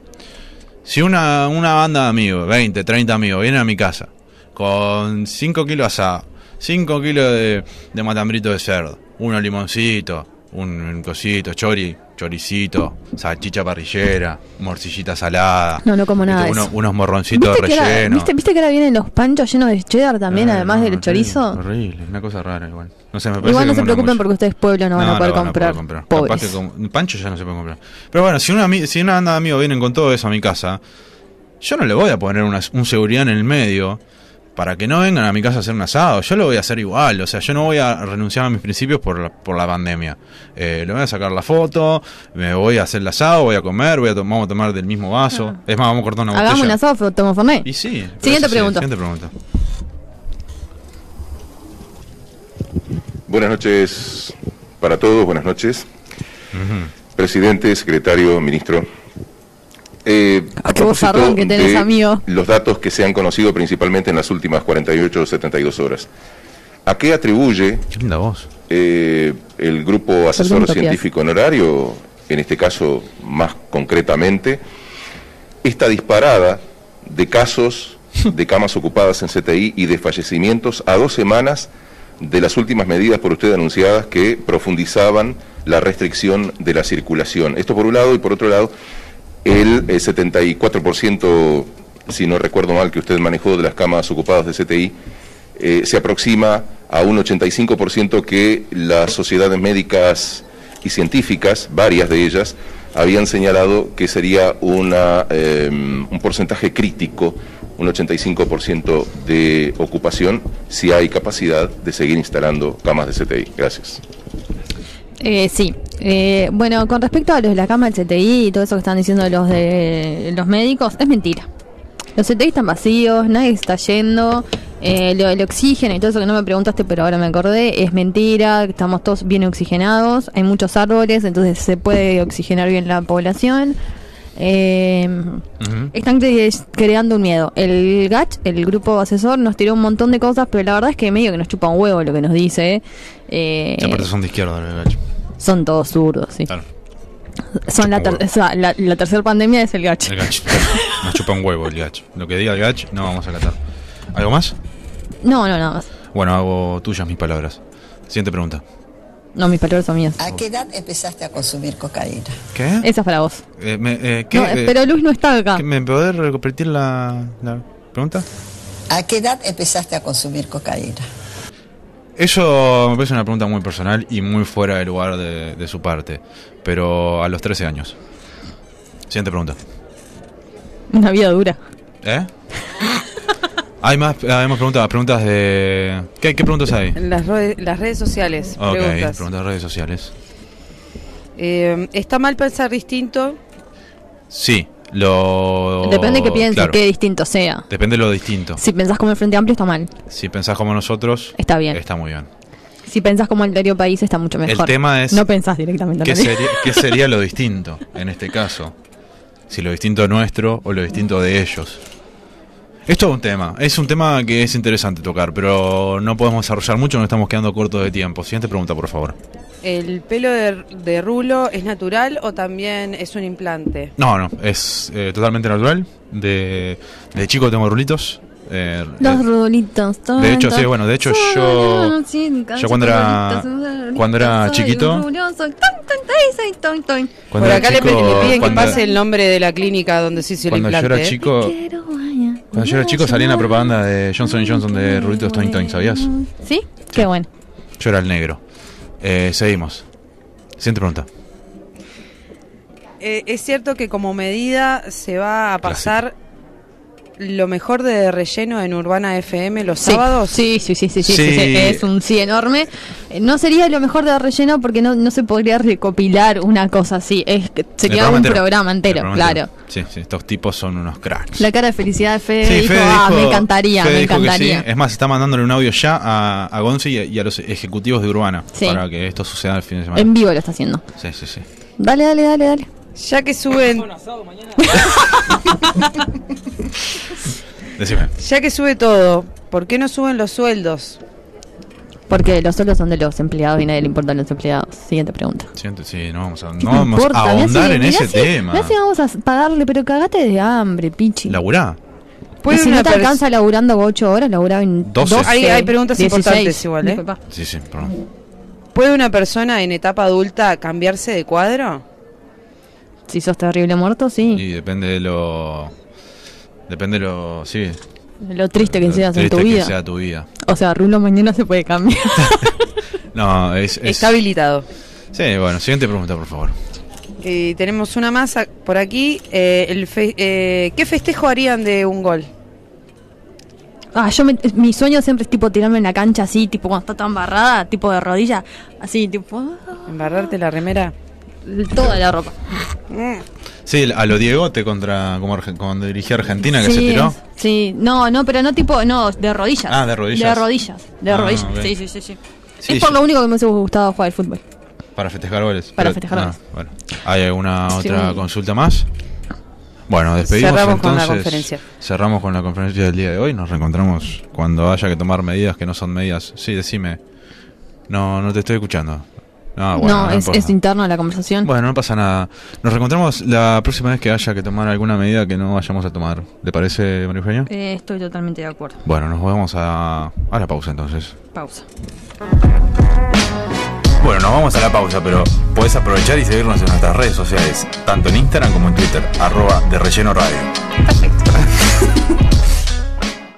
S4: Si una, una banda de amigos, 20, 30 amigos, vienen a mi casa con 5 kilos de asado, 5 kilos de, de matambrito de cerdo, unos limoncitos, un, un cosito, chori, choricito, salchicha parrillera, morcillita salada.
S5: No, no como nada
S4: ¿viste?
S5: de
S4: Uno-
S5: eso.
S4: unos morroncitos
S5: ¿Viste
S4: de
S5: que, era,
S4: relleno.
S5: ¿viste, viste que ahora vienen los panchos llenos de cheddar también,
S4: Ah,
S5: además
S4: no,
S5: del
S4: horrible,
S5: chorizo?
S4: Horrible, una cosa rara igual. No sé, me parece
S5: Igual no
S4: como
S5: se
S4: una
S5: preocupen
S4: mucho-
S5: porque ustedes pueblo no, van a poder comprar.
S4: Capaz
S5: Pobres.
S4: que con- Pancho ya no se puede comprar. Pero bueno, si una, ami- si una banda de amigos vienen con todo eso a mi casa, yo no le voy a poner una- un seguridad en el medio para que no vengan a mi casa a hacer un asado. Yo lo voy a hacer igual. O sea, yo no voy a renunciar a mis principios por la, por la pandemia. Eh, le voy a sacar la foto, me voy a hacer el asado, voy a comer, voy a tomar, vamos a tomar del mismo vaso. Es más, vamos a cortar una botella.
S5: Ah. Hagamos un asado, pero tomo Fernet.
S4: Y sí. pero
S5: Siguiente
S4: eso sí,
S5: pregunta.
S4: Siguiente pregunta.
S13: Buenas noches para todos, buenas noches. Presidente, secretario, ministro. Eh, a
S5: Qué
S13: propósito
S5: bozarrón que tenés,
S13: de
S5: amigo.
S13: los datos que se han conocido principalmente en las últimas 48 o 72 horas, ¿a qué atribuye eh, el grupo asesor
S14: Perdón, Topías.
S13: científico honorario, en este caso más concretamente, esta disparada de casos de camas ocupadas en CTI y de fallecimientos a dos semanas de las últimas medidas por usted anunciadas que profundizaban la restricción de la circulación. Esto por un lado y por otro lado, el eh, 74% si no recuerdo mal, que usted manejó de las camas ocupadas de CTI, eh, se aproxima a un 85% que las sociedades médicas y científicas, varias de ellas, habían señalado que sería una, eh, un porcentaje crítico, un 85% de ocupación, si hay capacidad de seguir instalando camas de CTI. Gracias.
S5: Eh, sí. Eh, bueno, con respecto a los de la cama del CTI y todo eso que están diciendo los de los médicos, es mentira. Los CTI están vacíos, nadie está yendo. eh, lo del oxígeno y todo eso que no me preguntaste, pero ahora me acordé, es mentira. Estamos todos bien oxigenados, hay muchos árboles, entonces se puede oxigenar bien la población. Eh, Están cre- creando un miedo. El GACH, el grupo asesor, nos tiró un montón de cosas, pero la verdad es que medio que nos chupa un huevo lo que nos dice. Eh,
S4: Y aparte son de izquierda en el gacho.
S5: son todos zurdos, sí.
S4: Claro.
S5: Son la, ter- o sea, la, la tercera pandemia es el gacho.
S4: El gacho. Nos chupa un huevo el gacho. Lo que diga el gacho, no vamos a catar. ¿Algo más?
S5: No, no, nada más.
S4: Bueno, hago tuyas mis palabras. Siguiente pregunta.
S5: No, mis palabras son mías.
S12: ¿A qué edad empezaste a consumir cocaína?
S4: ¿Qué?
S5: Esa es para vos.
S4: Eh, me- eh, ¿qué?
S5: No,
S4: Eh,
S5: pero Luis no está acá.
S4: ¿qué- ¿Me podés repetir la, la pregunta?
S12: ¿A qué edad empezaste a consumir cocaína?
S4: Eso me parece una pregunta muy personal y muy fuera de lugar de, de su parte. Pero a los 13 años. Siguiente pregunta.
S5: Una vida dura.
S4: ¿Eh? hay más, hay más preguntas, preguntas de... ¿Qué, qué preguntas hay?
S6: Las, re- las redes sociales.
S4: Ok,
S6: preguntas.
S4: preguntas de redes sociales.
S6: Eh, ¿Está mal pensar distinto?
S4: Sí, lo...
S5: Depende de qué pienses,
S4: Oh, claro,
S5: qué distinto sea.
S4: Depende de lo distinto.
S5: Si pensás como el Frente Amplio, está mal.
S4: Si pensás como nosotros,
S5: Está bien.
S4: está muy bien.
S5: Si pensás como Alterio País, está mucho mejor.
S4: tema es-
S5: No pensás directamente.
S4: ¿Qué
S5: en realidad.
S4: sería, qué sería lo distinto en este caso? Si lo distinto nuestro o lo distinto de ellos. Esto es un tema, es un tema que es interesante tocar, pero no podemos desarrollar mucho, nos estamos quedando cortos de tiempo. Siguiente pregunta, por favor.
S6: ¿El pelo de, de rulo es natural o también es un implante?
S4: No, no, es eh, totalmente natural. De, de chico tengo rulitos. eh,
S5: Los rulitos, todo.
S4: de hecho, sí, bueno, de hecho yo... yo cuando era- cuando era chiquito- Cuando
S6: Por
S4: era
S6: acá le,
S4: chico-
S6: le piden que
S4: cuando-
S6: pase el nombre de la clínica donde se hizo el
S4: Cuando yo
S6: implante.
S4: era chico, cuando yo era chico salía en la propaganda de Johnson Johnson de rulitos Toin Toin, ¿sabías?
S5: ¿Sí? Qué bueno.
S4: Yo era el negro. Eh, seguimos. Siguiente pregunta.
S6: Eh, es cierto que como medida se va a pasar lo mejor de relleno en Urbana FM los
S5: Sí,
S6: sábados.
S5: Sí, sí, sí, sí, sí, sí, sí, es un sí enorme. Eh, No sería lo mejor de relleno porque no, no se podría recopilar una cosa así. Es que se
S4: El
S5: quedaba
S4: programa
S5: un
S4: entero.
S5: programa entero,
S4: El programa
S5: claro.
S4: entero. Sí, sí, estos tipos son unos cracks.
S5: La cara de felicidad de Fede,
S4: Sí,
S5: dijo,
S4: Fede
S5: ah,
S4: dijo-
S5: me encantaría,
S4: Fede
S5: me
S4: dijo que
S5: encantaría.
S4: sí. Eh, Es más, está mandándole un audio ya a, a Gonzi y a, y a los ejecutivos de Urbana
S5: Sí. Em-
S4: para que esto suceda el fin de semana.
S5: En vivo lo está haciendo.
S4: Sí, sí, sí.
S5: Dale, dale, dale, dale.
S6: Ya que suben,
S4: Decime.
S6: ya que sube todo, ¿por qué no suben los sueldos?
S5: Porque los sueldos son de los empleados y nadie le importan los empleados. Siguiente pregunta.
S4: Siento- sí, no vamos a,
S5: ¿Qué
S4: no
S5: te
S4: vamos
S5: importa?
S4: a
S5: Mirá
S4: ahondar
S5: si-
S4: en
S5: mirá
S4: ese
S5: si-
S4: tema.
S5: mirá si vamos a pagarle, pero cagate de hambre, pichi.
S4: Laburá.
S5: Y si
S6: una
S5: no te
S6: pers-
S5: alcanza laburando 8 horas, laburaba en
S4: Doce.
S5: 12.
S6: Hay- hay preguntas
S5: 16.
S6: importantes igual, ¿eh?
S5: Disculpa.
S4: Sí, sí, perdón.
S6: ¿Puede una persona en etapa adulta cambiarse de cuadro?
S5: Si sos terrible muerto, sí.
S4: Y depende de lo. Depende de lo. Sí.
S5: Lo triste que
S4: lo
S5: seas en
S4: triste
S5: tu
S4: que
S5: vida.
S4: sea tu vida.
S5: O sea, Rulo mañana se puede cambiar.
S4: No, es. es-
S6: Está habilitado.
S4: Sí, bueno, siguiente pregunta, por favor.
S6: Y Eh, tenemos una más a- por aquí. eh, el fe- eh, ¿Qué festejo harían de un gol?
S5: Ah, yo me- mi sueño siempre es tipo tirarme en la cancha así, tipo cuando está tan barrada, tipo de rodilla, así, tipo ah,
S6: ¿Embarrarte la remera?
S5: toda la ropa.
S4: Sí, a lo Diegote contra como Arge- cuando dirigía Argentina que
S5: sí,
S4: se tiró.
S5: es- sí, no, no, pero no tipo, no, de rodillas.
S4: Ah, de rodillas.
S5: De rodillas, de
S4: Ah,
S5: rodillas.
S4: ok.
S5: Sí, sí, sí, sí.
S4: Sí,
S5: es por
S4: yo-
S5: lo único que me hubiese gustado jugar al fútbol.
S4: Para festejar goles. ah,
S5: Para festejar goles.
S4: bueno. ¿Hay alguna
S5: Sí,
S4: otra
S5: un-
S4: consulta más? Bueno, despedimos
S6: Cerramos con la
S4: entonces.
S6: conferencia.
S4: Cerramos con la conferencia del día de hoy. Nos reencontramos cuando haya que tomar medidas que no son medidas. Sí, decime. No, no te estoy escuchando. No, bueno,
S5: no,
S4: no
S5: es,
S4: importa.
S5: es interno a la conversación.
S4: Bueno, no pasa nada. Nos reencontramos la próxima vez que haya que tomar alguna medida que no vayamos a tomar. ¿Le parece, María Eugenia?
S5: Eh, estoy totalmente de acuerdo.
S4: Bueno, nos vamos a, a la pausa entonces.
S5: Pausa.
S2: Bueno, nos vamos a la pausa, pero podés aprovechar y seguirnos en nuestras redes sociales, tanto en Instagram como en Twitter, arroba de relleno radio.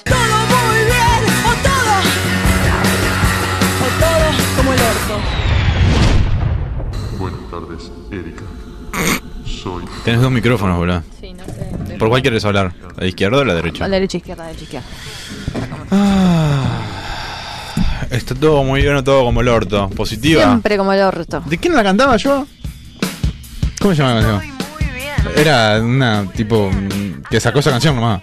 S14: Todo muy bien, o todo, o todo como el orto.
S15: Buenas tardes, Erika. Soy
S4: Tenés dos micrófonos, boludo.
S5: Sí, no
S15: sé.
S4: ¿Por cuál quieres hablar? ¿La izquierda o la derecha?
S5: A la derecha, izquierda, derecha, izquierda.
S4: Está todo muy bien, o todo como el orto. Positiva.
S5: Siempre como el orto.
S4: ¿De quién la cantaba yo? ¿Cómo se llama la canción? Era una tipo mm, que sacó esa canción nomás.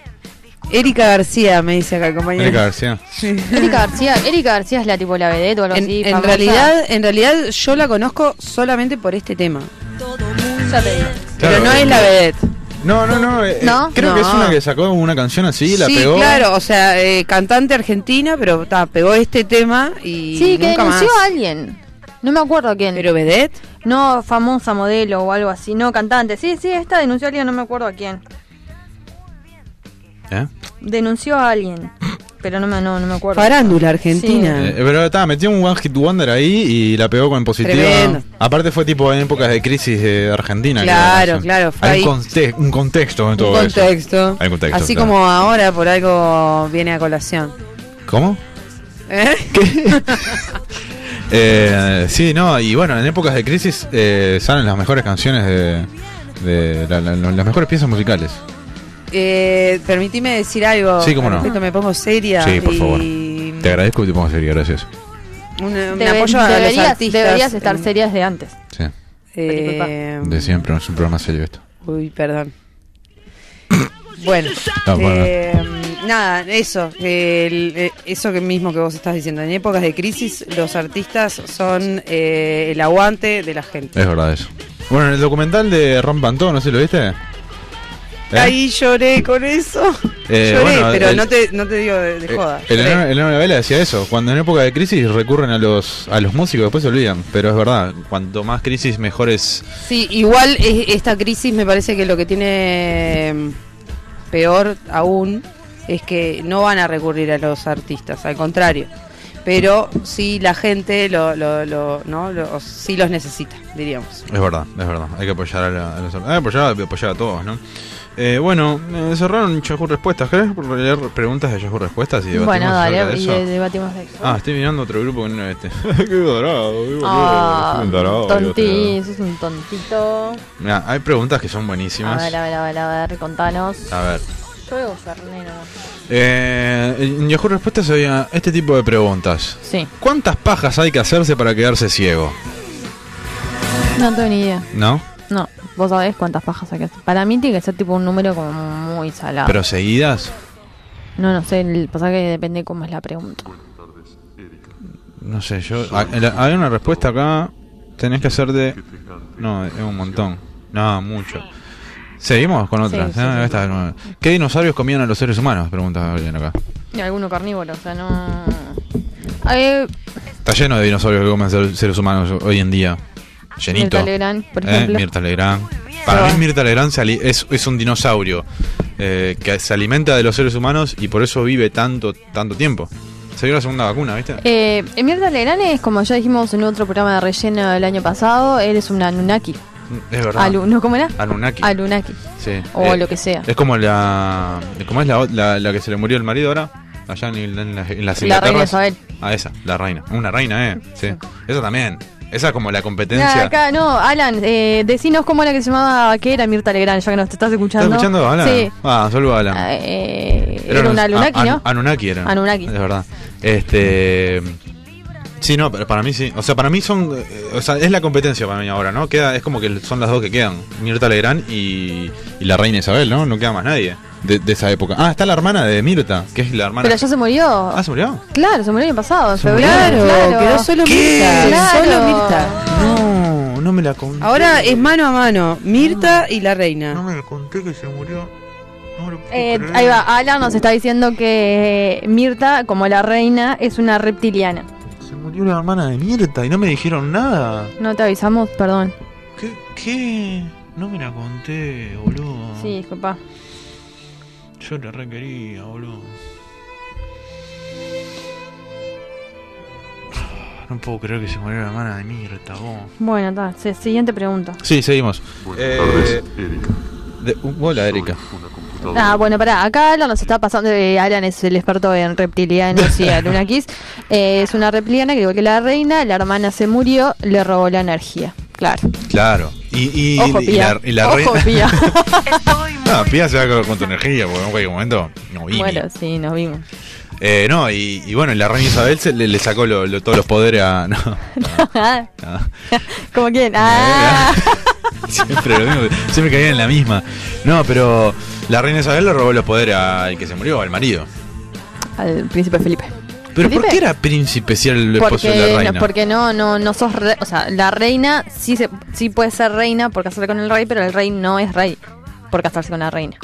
S6: Erika García me dice acá, compañero.
S4: Erika García.
S5: Erika García, Erika García es la tipo la vedette o algo
S6: En,
S5: así.
S6: en
S5: famosa.
S6: realidad, en realidad yo la conozco solamente por este tema.
S5: Ya te digo.
S6: Pero
S4: eh,
S6: no es la vedette.
S4: No, no, no. eh,
S6: ¿No?
S4: Creo que es una que sacó una canción así, la
S6: sí,
S4: pegó.
S6: claro, o sea, eh, cantante argentina, pero ta, pegó este tema y
S5: Sí, que
S6: nunca más.
S5: denunció a alguien. No me acuerdo quién. ¿Pero
S6: vedette?
S5: No, famosa modelo o algo así. No, cantante. Sí, sí, esta denunció a alguien, no me acuerdo a quién.
S4: ¿Eh?
S5: Denunció a alguien. Pero no me, no, no me acuerdo.
S6: Farándula
S4: Eh, pero estaba, metió un One Hit Wonder ahí y la pegó con positiva.
S6: Tremendo.
S4: Aparte fue tipo en épocas de crisis de Argentina. que la
S6: Claro,
S4: canción.
S6: claro, fue
S4: Hay
S6: ahí.
S4: un, conte- un contexto en todo
S6: Un contexto.
S4: eso. Hay un contexto.
S6: Así
S4: claro.
S6: como ahora por algo viene a colación.
S4: ¿Cómo?
S6: ¿Eh?
S4: Eh, sí, no, y bueno, en épocas de crisis eh, salen las mejores canciones de... de la- la- las mejores piezas musicales.
S6: Eh, permitime decir algo.
S4: Sí, cómo
S6: al
S4: no.
S6: respecto, me pongo seria.
S4: Sí, por
S6: y
S4: favor. Te
S6: Mm.
S4: agradezco y te pongo seria, gracias.
S6: Un, un
S5: Debe-
S6: apoyo a los
S5: deberías,
S6: artistas. Mm.
S5: deberías estar
S6: en-
S5: serias de antes.
S4: Sí,
S6: eh,
S4: de siempre, es un programa serio esto.
S6: Uy, perdón. Bueno,
S4: No, bueno.
S6: eh, nada, eso, eh, el- eh, eso que mismo que vos estás diciendo. En épocas de crisis, los artistas son eh, el aguante de la gente.
S4: Es verdad eso. Bueno, en el documental de Ron Pantó, no sé si lo viste. ¿Eh?
S6: Ahí lloré con eso.
S4: Eh,
S6: lloré,
S4: bueno,
S6: pero
S4: el- Eh,
S6: no, te, no te digo de, de joda.
S4: El
S6: Lloré.
S4: enano, el enano de Vela decía eso, cuando en época de crisis recurren a los a los músicos, después se olvidan, pero es verdad, cuanto más crisis mejores
S6: Sí, igual eh, esta crisis me parece que lo que tiene eh, peor aún es que no van a recurrir a los artistas, al contrario. Pero sí la gente lo, lo, lo- ¿no? Lo- o sí los necesita, diríamos.
S4: Es verdad, es verdad. Hay que apoyar a, la- a los- hay que apoyar, apoyar a todos, ¿no? Eh, bueno, eh, cerraron Yahoo Respuestas. ¿Querés leer preguntas de Yahoo Respuestas? Y debatimos
S5: Bueno,
S4: acerca
S5: dale,
S4: de
S5: y
S4: eso?
S5: eh, debatimos de
S4: Ah, estoy mirando otro grupo que no era este. Qué dorado, qué boludo,
S5: Ah,
S4: qué dorado, qué
S5: tontí,
S4: dorado.
S5: eso es un tontito.
S4: Mirá, hay preguntas que son
S5: A
S4: buenísimas.
S5: ver, a ver, a ver, a ver, contanos.
S4: A ver.
S5: Yo veo Fernet nomás.
S4: Eh, en Yahoo Respuestas había este tipo de preguntas.
S5: Sí.
S4: ¿Cuántas pajas hay que hacerse para quedarse ciego?
S5: No tengo ni idea.
S4: ¿No?
S5: No, vos sabés cuántas pajas hay que hacer. Para mí tiene que ser tipo un número como muy salado.
S4: ¿Pero seguidas?
S5: No, no sé, el pasa que depende cómo es la pregunta.
S4: No sé, yo. a- la- Hay una respuesta acá. Tenés que hacer de. No, es un montón. No, mucho. Seguimos con otra.
S5: Sí, sí,
S4: Ah,
S5: sí.
S4: esta es nueva. ¿Qué dinosaurios comían a los seres humanos? Pregunta alguien acá.
S5: Y alguno carnívoro, o sea, no. Eh,
S4: Está lleno de dinosaurios que comen ser- seres humanos hoy en día. Llenito.
S5: Mirta Legrand, por
S4: Eh,
S5: ejemplo.
S4: Mirta Legrand. Para mí, Mirta Legrand se ali- es, es un dinosaurio eh, que se alimenta de los seres humanos y por eso vive tanto, tanto tiempo. Se dio la segunda vacuna, ¿viste?
S5: eh, Mirta Legrand es, como ya dijimos en otro programa de relleno del año pasado, él es un Anunnaki.
S4: es verdad.
S5: Alu, ¿no? ¿Cómo era?
S4: Anunnaki.
S5: Anunnaki.
S4: Sí. Eh,
S5: O lo que sea.
S4: Es como la. ¿Cómo es la, la, la que se le murió el marido ahora? Allá en, en las- en las
S5: La reina
S4: Inglaterras.
S5: Isabel.
S4: Ah, esa, la reina. Una reina, ¿eh? Sí. Esa también. Esa es como la
S5: Nada,
S4: competencia.
S5: Ah, acá, no, Alan, eh, decinos cómo era que se llamaba, que era Mirta Legrand, ya que nos te estás
S4: ¿Estás
S5: escuchando.
S4: escuchando, Alan?
S5: Sí.
S4: Ah, saludo a Alan.
S5: Eh, era,
S4: un-
S5: un Anunnaki,
S4: a-
S5: ¿no?
S4: anu- Anunnaki era.
S5: Anunnaki.
S4: Es verdad. Este. Sí, no, pero para mí sí. O sea, para mí son. eh, O sea, es la competencia para mí ahora, ¿no? Queda, es como que son las dos que quedan: Mirta Legrand y, y la reina Isabel, ¿no? No queda más nadie de, de esa época. Ah, está la hermana de Mirta, que es la hermana.
S5: Pero ya se murió.
S4: Ah, ¿se murió?
S5: Claro, se murió el año pasado, en
S4: Se murió.
S5: febrero.
S6: Claro, quedó solo Mirta,
S5: Claro.
S6: solo Mirta.
S4: No, no me la conté.
S5: Ah.
S6: Ahora es mano a mano, Mirta y la reina. No
S4: me la conté que se murió.
S5: Eh, ahí va, Alan nos está diciendo que eh, Mirta, como la reina, es una reptiliana.
S4: Se murió la hermana de Mirta y no me dijeron nada.
S5: No te avisamos, perdón.
S4: ¿Qué? ¿Qué? No me la conté, boludo.
S5: Sí, disculpa.
S4: Yo la requería, boludo. No puedo creer que se murió la hermana de Mirta, vos.
S5: Bueno, está. sí, Siguiente pregunta.
S4: Sí, seguimos.
S15: Buenas tardes, Erika.
S4: de- hola, Erika.
S15: estado.
S5: Ah, bueno, pará, acá Alan nos está pasando, eh, Alan es el experto en reptilianos y alunakis. Eh, es una reptiliana que igual que la reina, la hermana se murió, le robó la energía. Claro.
S4: Claro. Y, y,
S5: Ojo,
S4: y
S5: pía.
S4: la, y la
S5: Ojo,
S4: reina-
S5: pía.
S4: No, Pía se va con, con tu energía, porque en cualquier momento. No, y-
S5: bueno, sí, nos vimos.
S4: eh, no, y, y bueno, y la reina Isabel se, le, le sacó lo- lo- todos los poderes a. No, no.
S5: ¿Cómo quién? Ah,
S4: Siempre lo mismo, siempre caía en la misma. No, pero la reina Isabel le robó los poderes al que se murió, al marido.
S5: al príncipe Felipe.
S4: Pero ¿por
S5: Felipe.
S4: qué era príncipe si era el esposo de la
S5: Porque,
S4: reina?
S5: no, porque no, no, no sos re- o sea, la reina sí se, sí puede ser reina por casarse con el rey, pero el rey no es rey por casarse con la reina.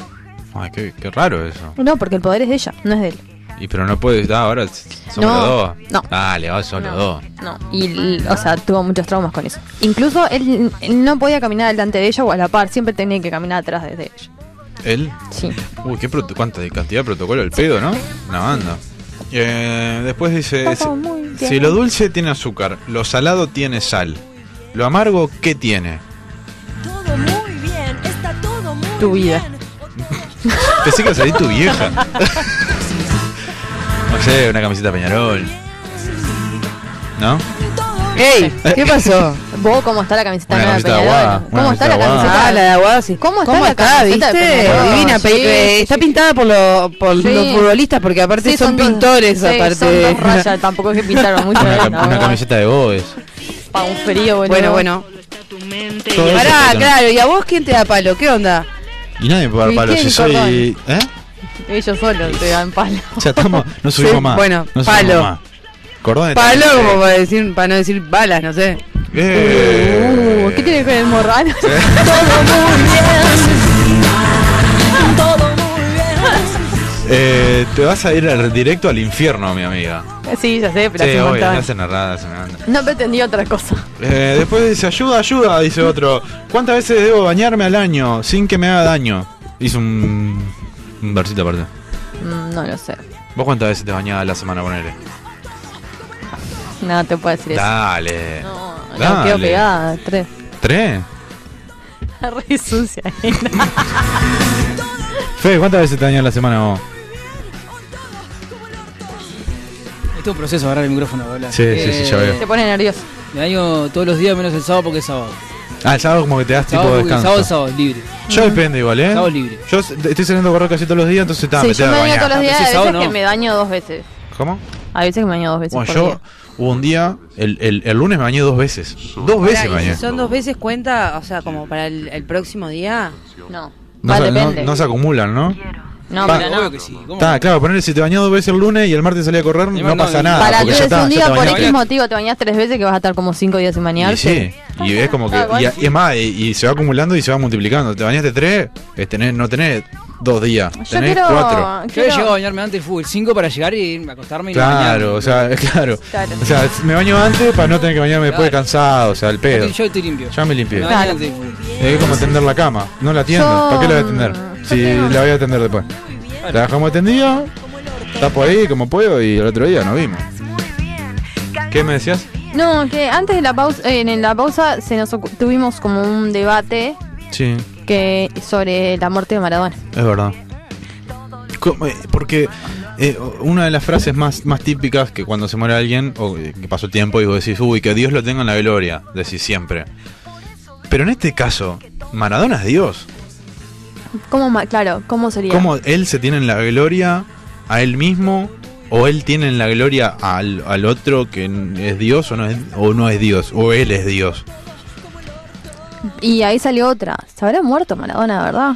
S4: Ay, qué, qué raro eso.
S5: No, porque el poder es de ella, no es de él.
S4: Y pero no puede. Ah, ahora s- somos
S5: No,
S4: los dos.
S5: no.
S4: Dale, vos sos los dos.
S5: No, y l- o sea, tuvo muchos traumas con eso. Incluso él, él no podía caminar delante de ella o a la par, siempre tenía que caminar atrás de ella.
S4: ¿Él?
S5: Sí.
S4: Uy, qué proto- cuánta de cantidad de protocolo el pedo, ¿no? Una banda. Eh, después dice,
S5: Todo
S4: si-
S5: muy bien.
S4: si lo dulce tiene azúcar, lo salado tiene sal, lo amargo, ¿qué tiene?
S5: Tu vida.
S4: Pensé que iba a salir tu vieja. No sé, una camiseta Peñarol. ¿No?
S6: ¡Ey! ¿Qué pasó?
S5: ¿Vos cómo está la camiseta
S4: Una
S5: nueva de
S4: camiseta
S5: Peñarol?
S4: aguada, una
S5: ¿Cómo está la
S4: camiseta aguada.
S5: camiseta?
S6: Ah, la de Aguada, sí.
S5: ¿Cómo está
S6: ¿Cómo
S5: la
S6: está?
S5: camiseta de
S6: ¿Viste?
S5: Peñarol?
S6: Divina. pe-
S5: Sí,
S6: eh,
S5: sí,
S6: está pintada por, lo- por
S5: Sí.
S6: los futbolistas, porque aparte
S5: Sí,
S6: son,
S5: dos-
S6: pintores.
S5: sí,
S6: aparte.
S5: son dos rayas, tampoco es que pintaron
S6: Ah,
S5: mucho.
S4: Una,
S5: eh,
S4: cam-
S5: no,
S4: una camiseta de Boes.
S5: pa' un frío, boludo.
S6: Bueno, bueno.
S4: Todo eso
S6: Pará,
S4: pecan.
S6: claro. ¿Y a vos quién te da palo? ¿Qué onda?
S4: Y nadie puede dar
S6: ¿Y
S4: palo.
S6: quién,
S4: Si soy. ¿Eh?
S5: Ellos solos te dan palo.
S4: Ya estamos. No subimos
S6: Sí,
S4: más.
S6: bueno,
S4: no subimos
S6: palo.
S4: más. Cordones
S6: Palo
S4: también.
S6: como para, decir, para no decir balas, no sé. Uh,
S4: Eh.
S5: ¿Qué tiene que ver el morral?
S4: Eh, te vas a ir al- directo al infierno, mi amiga.
S5: sí, ya sé, pero
S4: Sí,
S5: hace un
S4: obvio,
S5: montón.
S4: no hace nada, hace nada.
S5: No pretendí otra cosa.
S4: Eh, después dice, ayuda, ayuda, dice otro. ¿Cuántas veces debo bañarme al año sin que me haga daño? Hizo un, un versito aparte.
S5: Mm, No lo sé.
S4: ¿Vos cuántas veces te bañabas a la semana, ponele?
S5: No te puedo decir eso.
S4: Dale.
S5: No,
S4: Dale.
S5: quedo pegada. Tres.
S4: ¿Tres?
S5: Re sucia. eh.
S4: Fede, ¿cuántas veces te bañas a la semana vos?
S7: Es todo un proceso agarrar el micrófono, hablar. Eh,
S4: Sí, sí, sí, ya veo.
S5: Se pone nervioso.
S7: Me baño todos los días menos el sábado porque es sábado.
S4: Ah, el sábado como que te das tipo
S7: Sábado,
S4: de
S7: porque el
S4: descanso.
S7: sábado es sábado, libre.
S4: Yo depende igual, ¿eh?
S7: Sábado libre.
S4: Yo s- estoy saliendo a correr casi todos los días, entonces está,
S5: sí,
S4: me
S5: yo
S4: tengo
S5: me
S4: que
S5: baño
S4: bañar.
S5: todos los días. Hay
S7: Pero si es
S5: veces
S7: sábado,
S5: que
S7: no.
S5: me baño dos veces.
S4: ¿Cómo?
S5: Hay veces que me baño dos veces.
S4: Bueno,
S5: por
S4: yo
S5: día.
S4: hubo un día, el, el- el lunes me bañé dos veces. Dos veces me
S6: Pará, ¿y
S4: bañé.
S6: si son dos veces cuenta, o sea, como para el, el próximo día.
S5: No.
S4: No,
S5: Va,
S4: se, no-
S5: depende.
S4: no se acumulan, ¿no?
S5: No,
S4: Va.
S5: pero no.
S4: Obvio Está, claro, ponerle si te bañó dos veces el lunes y el martes salí a correr, no,
S7: no,
S4: pasa
S7: y-
S4: nada.
S5: Para
S4: Ah, porque ya
S5: entonces
S4: está,
S5: un
S4: ya
S5: día
S4: te
S5: por
S4: bañaste.
S5: X motivo te bañas tres veces que vas a estar como cinco días sin
S4: Y sí,
S5: bañarte.
S4: y es como que.
S5: Ah, bueno.
S4: Y, y es más, y, y se va acumulando y se va multiplicando. Te bañaste tres, es tener, no tenés dos días, tenés cuatro.
S7: Yo he llegado a bañarme antes del fútbol 5 para llegar y irme a acostarme y no
S4: Claro, o sea, claro.
S7: Claro.
S4: O sea, me baño antes para no tener que bañarme después
S7: Claro.
S4: cansado, o sea, el pedo.
S7: bañarme. Yo estoy limpio.
S4: Ya me limpié.
S7: Me baño
S4: Claro.
S7: antes del fútbol.
S4: Es como atender la cama. No la atiendo.
S7: Yo-
S4: ¿Para qué la voy a atender? Si la voy a atender después. La dejamos atendida, tapo ahí como puedo y el otro día nos vimos. ¿Qué me decías?
S5: No, que antes de la pausa, eh, en la pausa se nos ocu- tuvimos como un debate
S4: Sí,
S5: que sobre la muerte de Maradona.
S4: es verdad. ¿Cómo, eh, Porque eh, una de las frases más, más típicas que cuando se muere alguien, o eh, que pasó tiempo y vos decís, uy, que Dios lo tenga en la gloria, decís siempre. Pero en este caso, Maradona es Dios.
S5: ¿Cómo, ma- claro, cómo sería?
S4: ¿Cómo él se tiene en la gloria a él mismo? ¿O él tiene en la gloria al, al otro que n- es Dios o no es, o no es Dios? ¿O él es Dios?
S5: Y ahí salió otra. ¿Se habrá muerto Maradona, verdad?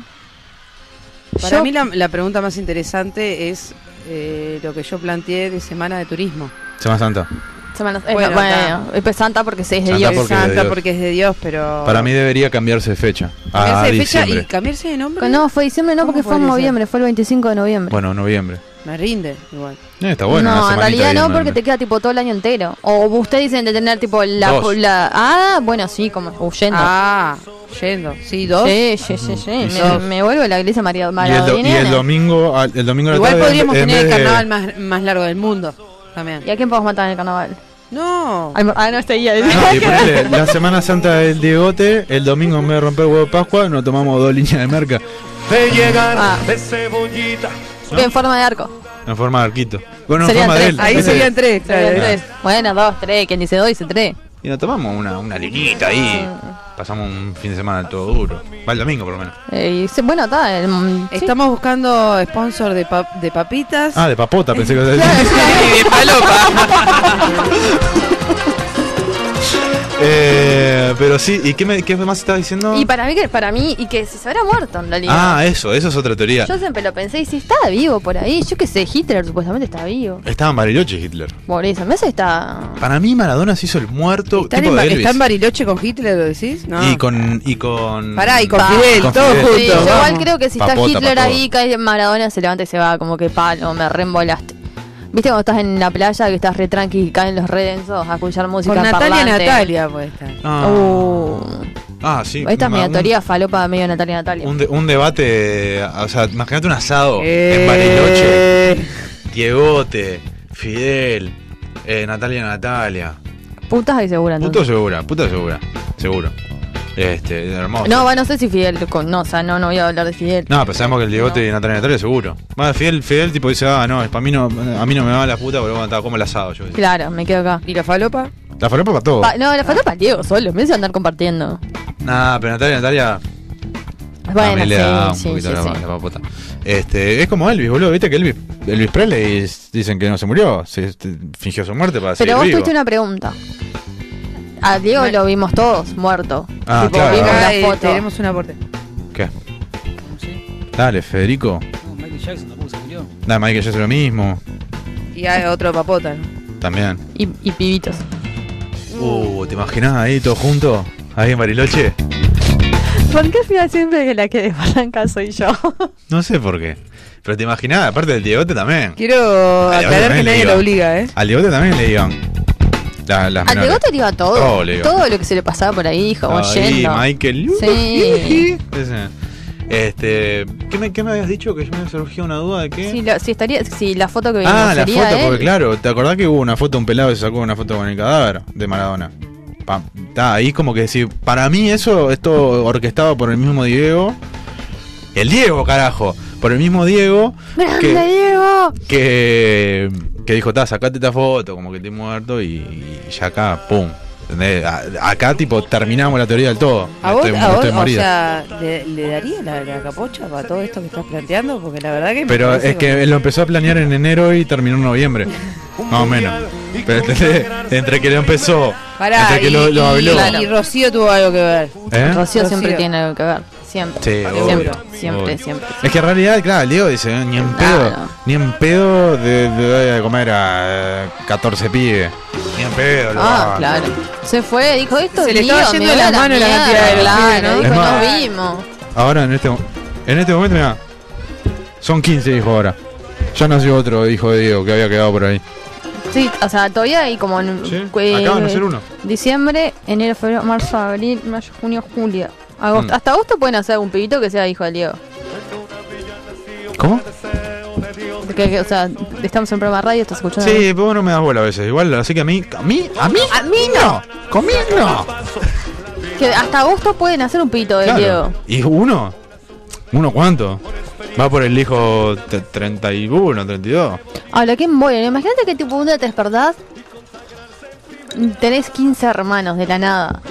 S6: Para
S5: Yo-
S6: mí la, la pregunta más interesante es eh, lo que yo planteé de Semana de Turismo.
S4: Semana Santa.
S5: Semana- eh,
S6: Bueno,
S5: bueno,
S6: está.
S5: eh, pues Santa porque se es de
S4: Santa
S5: Dios.
S4: porque es de
S6: Santa
S4: Dios.
S6: porque es de Dios, pero...
S4: Para mí debería cambiarse de fecha. A
S6: Cambiarse de fecha
S4: diciembre.
S6: y cambiarse de nombre.
S5: No, fue diciembre, no, porque fue en
S6: podría ser?
S5: noviembre, fue el 25 de noviembre.
S4: Bueno, noviembre.
S6: Me rinde, igual.
S4: Eh, está bueno.
S5: no,
S4: una
S5: en
S4: semanita
S5: realidad
S4: ahí
S5: no,
S4: en
S5: porque te
S4: noviembre.
S5: queda tipo todo el año entero. O ustedes dicen de tener tipo la.
S4: Dos.
S5: la- ah, bueno, sí, como huyendo.
S6: Ah, yendo. Sí, dos.
S5: Sí, sí, sí, sí.
S4: Y
S5: Me,
S4: dos.
S5: me vuelvo a la iglesia
S4: Y el,
S5: María
S4: do- y el
S5: Maradoniana.
S4: domingo, al- el domingo a la
S6: Igual
S4: tarde,
S6: podríamos
S4: en
S6: tener el
S4: vez de-
S6: carnaval más, más largo del mundo. También.
S5: ¿Y a quién podemos matar en el carnaval?
S6: No.
S5: Ah, no, está ahí.
S4: No, y ponele, la Semana Santa del Diegote, el domingo en vez de romper huevo de Pascua, nos tomamos dos líneas de merca
S5: De llegar de cebollita. En forma de arco.
S4: en forma de arquito. Bueno, en
S5: Serían
S4: forma de él.
S5: Ahí
S4: ¿viste?
S5: serían tres, claro.
S4: Claro.
S5: tres. Bueno, dos, tres. Quien dice dos, dice tres.
S4: Y nos tomamos una, una linita ahí. Pasamos un fin de semana todo duro. Va el domingo por lo menos.
S5: Eh, y se- bueno, está. el- mm, sí.
S6: Estamos buscando sponsor de, pa- de papitas.
S4: Ah, de papota, pensé que
S6: de
S4: eh, Pero sí, ¿y qué, me- qué más estás diciendo?
S5: Y para mí, que para mí, y que si se habrá muerto en realidad.
S4: Ah, eso, eso es otra teoría.
S5: Yo siempre lo pensé, y si está vivo por ahí, yo qué sé, Hitler supuestamente está vivo.
S4: Estaba en Bariloche Hitler.
S5: Por eso, me hace está.
S4: Para mí Maradona se hizo el muerto
S6: ¿Está
S4: tipo de
S6: en, Ba-
S4: Elvis.
S6: está en Bariloche con Hitler, lo decís? No.
S4: Y con y con
S6: Pará, y con Fidel, todo
S4: Fidel.
S6: junto.
S5: Sí, yo igual creo que si está
S4: Papota,
S5: Hitler
S4: papota.
S5: ahí, cae Maradona, se levanta y se va, como que palo, me reembolaste. ¿Viste cuando estás en la playa que estás re tranqui y caen los re densos a escuchar música
S6: Con
S5: en
S6: Natalia
S5: parlante? Uh.
S6: Natalia, pues está.
S4: Ah.
S6: Uh.
S4: Ah, sí.
S5: Esta es
S4: ma-
S5: mi
S4: un-
S5: teoría falopa medio Natalia Natalia.
S4: Un, de- un debate, o sea, imagínate un asado
S5: Eh.
S4: Oh, en
S6: Eh,
S4: Bariloche. Diegote, Fidel, eh, Natalia Natalia.
S5: Putas ahí segura
S4: Puto
S5: entonces.
S4: segura, puto segura, seguro. Este, hermoso.
S5: No, va, no sé si Fidel con. No, o sea, no, no voy a hablar de Fidel.
S4: No, pero sabemos que el Diegote y Natalia Natalia seguro. Más Fidel, Fidel tipo dice, ah, no, es pa' mí no, a mí no me va la puta, pero bueno, estaba como el asado yo.
S5: Claro, me quedo acá.
S6: ¿Y la falopa?
S4: La faropa para todo.
S5: Pa- no, la falopa Diego solo, me hizo andar compartiendo.
S4: Nah, pero Natalia Natalia a
S5: Bueno,
S4: mí Ah, le da
S5: sí,
S4: un
S5: sí,
S4: poquito
S5: sí,
S4: la,
S5: sí.
S4: la papota. Este, es como Elvis, boludo, viste que Elvis, Elvis Presley es- dicen que no se murió, se este, fingió su muerte para
S5: Pero
S4: seguir
S5: vos
S4: vivo.
S5: tuviste una pregunta. A Diego lo vimos todos muerto.
S4: Ah,
S5: tipo,
S4: claro.
S5: vimos la
S6: Ay,
S5: foto.
S6: tenemos un aporte.
S4: ¿Qué? Dale, Federico.
S7: Michael Jackson tampoco se murió.
S4: Dale, Michael Jackson lo mismo.
S6: Y hay otro papota.
S4: También.
S5: Y, y pibitos. Mm.
S4: Uh, ¿te imaginás ahí todos juntos? Ahí en Bariloche.
S5: ¿Por qué al final siempre que la que desbarranca soy yo?
S4: No sé por qué. Pero te imaginás, aparte del Diegote también.
S6: Quiero
S4: Al Diegote
S6: aclarar que
S4: también le
S6: nadie
S4: iba.
S6: lo obliga, ¿eh?
S4: Al Diegote también le iban. La- las
S5: Al
S4: menores.
S5: Diego te iba todo.
S4: eh. Todo le iba.
S5: todo lo que se le pasaba por ahí, hijo, como
S4: Ahí,
S5: yendo.
S4: Michael.
S5: Sí.
S4: Ese. Este, ¿qué me, qué me habías dicho? Que yo me había surgido una duda de qué.
S5: Si, lo- si estaría, si la foto que vimos
S4: ah, la
S5: sería
S4: foto,
S5: él.
S4: porque claro, ¿te acordás que hubo una foto, un pelado que sacó una foto con el cadáver de Maradona? Pa- Está ahí como que decir, para mí eso es todo orquestado por el mismo Diego. El Diego, carajo. Por el mismo Diego
S5: ¡Grande Diego!
S4: que, que dijo, ta, sacate esta foto, como que estoy muerto y, y ya acá, pum. ¿Entendés? A- acá tipo terminamos la teoría del todo.
S6: ¿A vos,
S4: Estoy-
S6: a vos
S4: estoy
S6: o
S4: morido.
S6: sea, ¿le, le daría la, la capocha para todo esto que estás planteando? Porque la verdad que. me
S4: Pero
S6: parece
S4: es que él lo empezó a planear en enero y terminó en noviembre. Más o menos. Pero ¿entendés? entre que lo empezó,
S6: como- Pará,
S4: entre que
S6: y,
S4: lo, lo
S6: y-
S4: habló.
S6: y Rocío tuvo algo que ver.
S4: ¿Eh?
S5: Rocío siempre
S6: Rocío.
S5: tiene algo que ver. Siempre.
S4: Sí, obvio,
S5: siempre,
S4: obvio.
S5: siempre, siempre.
S4: Es que en realidad, claro, el Diego dice, eh, ni en pedo, ni en pedo de, de darle de comer a eh, 14 pibes. Ni en pedo, lo
S5: Ah,
S4: hago.
S5: claro. Se fue, dijo esto.
S6: Se
S5: es
S6: le estaba
S5: mío, me
S6: yendo de
S5: voy
S6: las
S5: a
S6: manos la
S5: mierda,
S6: cantidad de los pibes, ¿no?
S5: Claro, dijo,
S4: Es
S5: nos
S4: más-
S5: vimos.
S4: Ahora en este mo- en este momento, mira. Son 15, dijo ahora. Ya nació otro, dijo Diego, que había quedado por ahí.
S5: Sí, o sea, todavía hay como en eh,
S4: acaban de hacer uno.
S5: Diciembre, enero, febrero, marzo, abril, mayo, junio, julio. Agosto.
S4: Mm.
S5: Hasta agosto pueden hacer un pibito que sea hijo de Diego.
S4: ¿Cómo?
S5: Porque, que, o sea, estamos en programa radio, estás escuchando.
S4: Sí, pero vos no me das bola a veces. Igual, así que a mí. A mí. A mí.
S5: A mí no.
S4: Conmigo no.
S5: Que hasta agosto pueden hacer un pibito de Diego.
S4: Claro. ¿Y uno? ¿Uno cuánto? Va por el hijo t- 31, 32.
S5: Ahora, ¿quién voy? Imagínate que tipo un día te despertás. y Tenés 15 hermanos de la nada.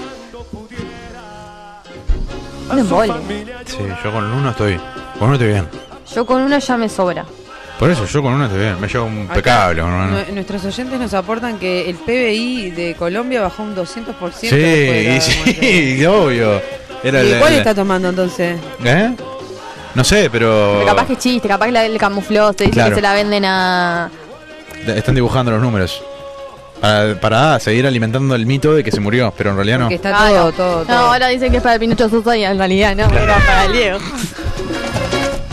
S5: Un embole.
S4: Sí, yo con uno estoy. Con uno estoy bien.
S5: Yo con uno ya me sobra.
S4: Por eso, yo con uno estoy bien. Me llevo un
S6: Acá,
S4: pecable, hermano.
S6: nue- Nuestros oyentes nos aportan que el PBI de Colombia bajó un 200%.
S4: Sí,
S6: después de
S4: y
S6: la-
S4: sí, y obvio. Era
S6: ¿Y
S4: la-
S6: cuál
S4: la-
S6: está tomando entonces?
S4: ¿Eh? No sé, pero.
S5: Pero capaz que es chiste, capaz que la, el camufló, te dice
S4: Oh. Claro.
S5: que se la venden a.
S4: Están dibujando los números. Para, para seguir alimentando el mito de que se murió, pero en realidad no.
S6: Que está
S5: Ah,
S6: todo,
S5: no.
S6: todo,
S5: No, ahora dicen que es para el Pinocho Sosa y en realidad no, era para el Diego.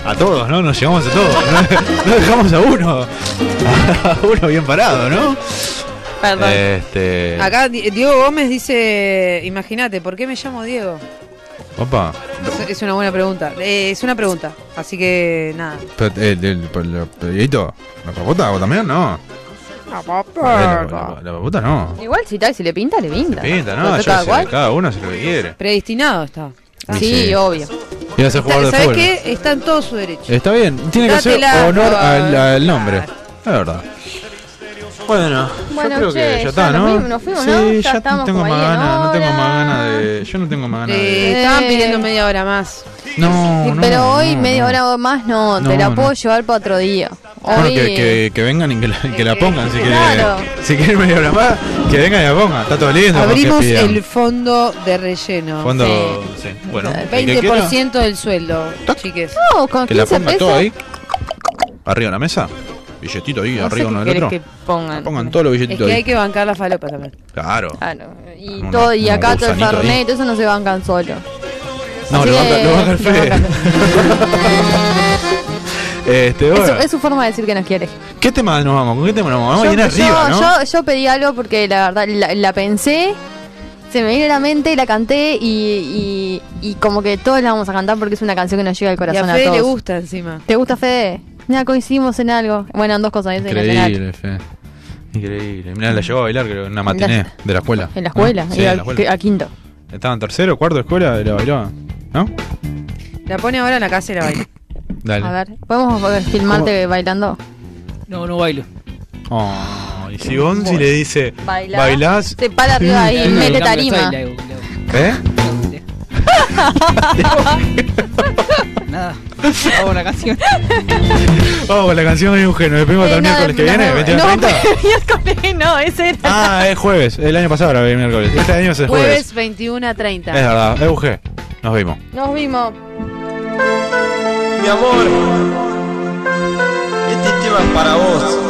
S4: A todos, ¿no? Nos llevamos a todos. No, No dejamos a uno. A uno bien parado, ¿no?
S5: Perdón.
S4: Este.
S6: Acá Di- Diego Gómez dice, imagínate, ¿por qué me llamo Diego?
S4: Opa.
S6: Es- Es una buena pregunta. Eh, es una pregunta, así que nada.
S4: Pero, eh, el- el- el- el- Dieguito, ¿La papota vos también? No. La, la- la puta no.
S5: Igual si tal, si le pinta, le pinta.
S4: Pinta,
S5: Lo
S4: no,
S5: toca
S4: ya se-
S5: igual.
S4: cada uno se lo que quiere.
S6: Predestinado está.
S5: Sí,
S4: Sí.
S5: obvio.
S4: Iba a ser jugador de
S6: ¿Sabes
S4: fútbol.
S6: qué? Está en todo su derecho.
S4: Está bien, tiene que hacer
S6: Dátela,
S4: honor
S6: no,
S4: al, al nombre. La verdad. Bueno,
S5: Bueno,
S4: yo creo
S5: che,
S4: que
S5: ya
S4: ya está,
S5: nos
S4: ¿no?
S5: fuimos, nos fuimos,
S4: sí,
S5: ¿no? Ya
S4: ya
S5: estamos
S4: no tengo
S5: como
S4: más
S5: ahí en
S4: ganas, no tengo más ganas de. Yo no tengo más ganas
S6: Eh,
S4: de.
S6: estaban pidiendo media hora más.
S4: No, no,
S5: Pero hoy
S4: no,
S5: media
S4: no.
S5: hora más no, te
S4: No,
S5: la
S4: no.
S5: puedo llevar para otro día. Hoy... Eh,
S4: Bueno, que, que, que vengan y que la, que la pongan si
S5: Claro.
S4: quieren. Si quieren media hora más, que vengan y la pongan. Está todo lindo.
S6: Abrimos
S4: porque pidan.
S6: el fondo de relleno.
S4: fondo. Sí.
S5: Eh,
S4: Bueno, el que quiera,
S6: 20% del sueldo, chiques.
S5: No, con
S4: que la
S5: 15
S4: ponga
S5: pesos.
S4: todo ahí. Arriba de la mesa. Billetito ahí,
S5: No sé
S4: arriba
S5: qué
S4: uno del
S5: querés
S4: otro.
S5: que pongan.
S4: Pongan todos los
S6: Es
S4: billetitos
S6: que
S4: ahí.
S6: hay que bancar la falopa también.
S4: Claro.
S5: Claro, y
S4: Una-
S5: todo, y
S4: un
S5: acá todo el
S4: gusanito ahí.
S5: fernet, todo eso no se bancan solo.
S4: No,
S5: Así
S4: lo banca,
S5: que-
S4: lo banca el
S5: lo
S4: Fede.
S5: banca
S4: este,
S5: Es,
S4: bueno.
S5: su- es su forma de decir que nos quiere.
S4: ¿Qué tema nos vamos? ¿Con qué tema nos vamos? Vamos a ir arriba, ¿no?
S5: yo, yo pedí algo porque la verdad la, la pensé, se me vino a la mente, la canté y, y, y como que todos la vamos a cantar porque es una canción que nos llega al
S6: Y a
S5: corazón a,
S6: Fede
S5: todos.
S6: le gusta encima.
S5: ¿Te gusta Fede? Mira, coincidimos en algo. Bueno, en dos cosas. en eso y en el final.
S4: Increíble, Fede. Increíble. Mirá, la llevó a bailar creo, en una matiné de la escuela.
S5: En la escuela,
S4: ¿no? Ah,
S5: y
S4: Sí,
S5: a,
S4: en la escuela.
S5: a quinto.
S4: Estaba en tercero, cuarto de escuela, la bailaba. ¿No?
S6: La pone ahora en la casa y la baila.
S4: Dale.
S5: A ver, ¿podemos poder filmarte bailando?
S7: No, no bailo.
S4: Oh, y si Gonzi le dice,
S5: Bailá.
S4: ¿bailás?
S5: Se para arriba ahí,
S7: Sí,
S5: mete
S7: cambio,
S5: tarima.
S7: soy
S4: ¿Eh?
S7: Nada. Hago la canción.
S4: Vamos con la canción de Eugenio. Despedimos hasta el
S5: Eh, no,
S4: miércoles que
S5: no,
S4: viene,
S5: no,
S4: 21
S5: no,
S4: 30.
S5: miércoles no, ese era.
S4: Ah, es jueves. El año pasado era el miércoles. Este año es el jueves.
S6: Jueves 21 a 30.
S4: Es verdad. Euge, nos vimos.
S5: Nos vimos.
S16: Mi amor, este tema es para vos.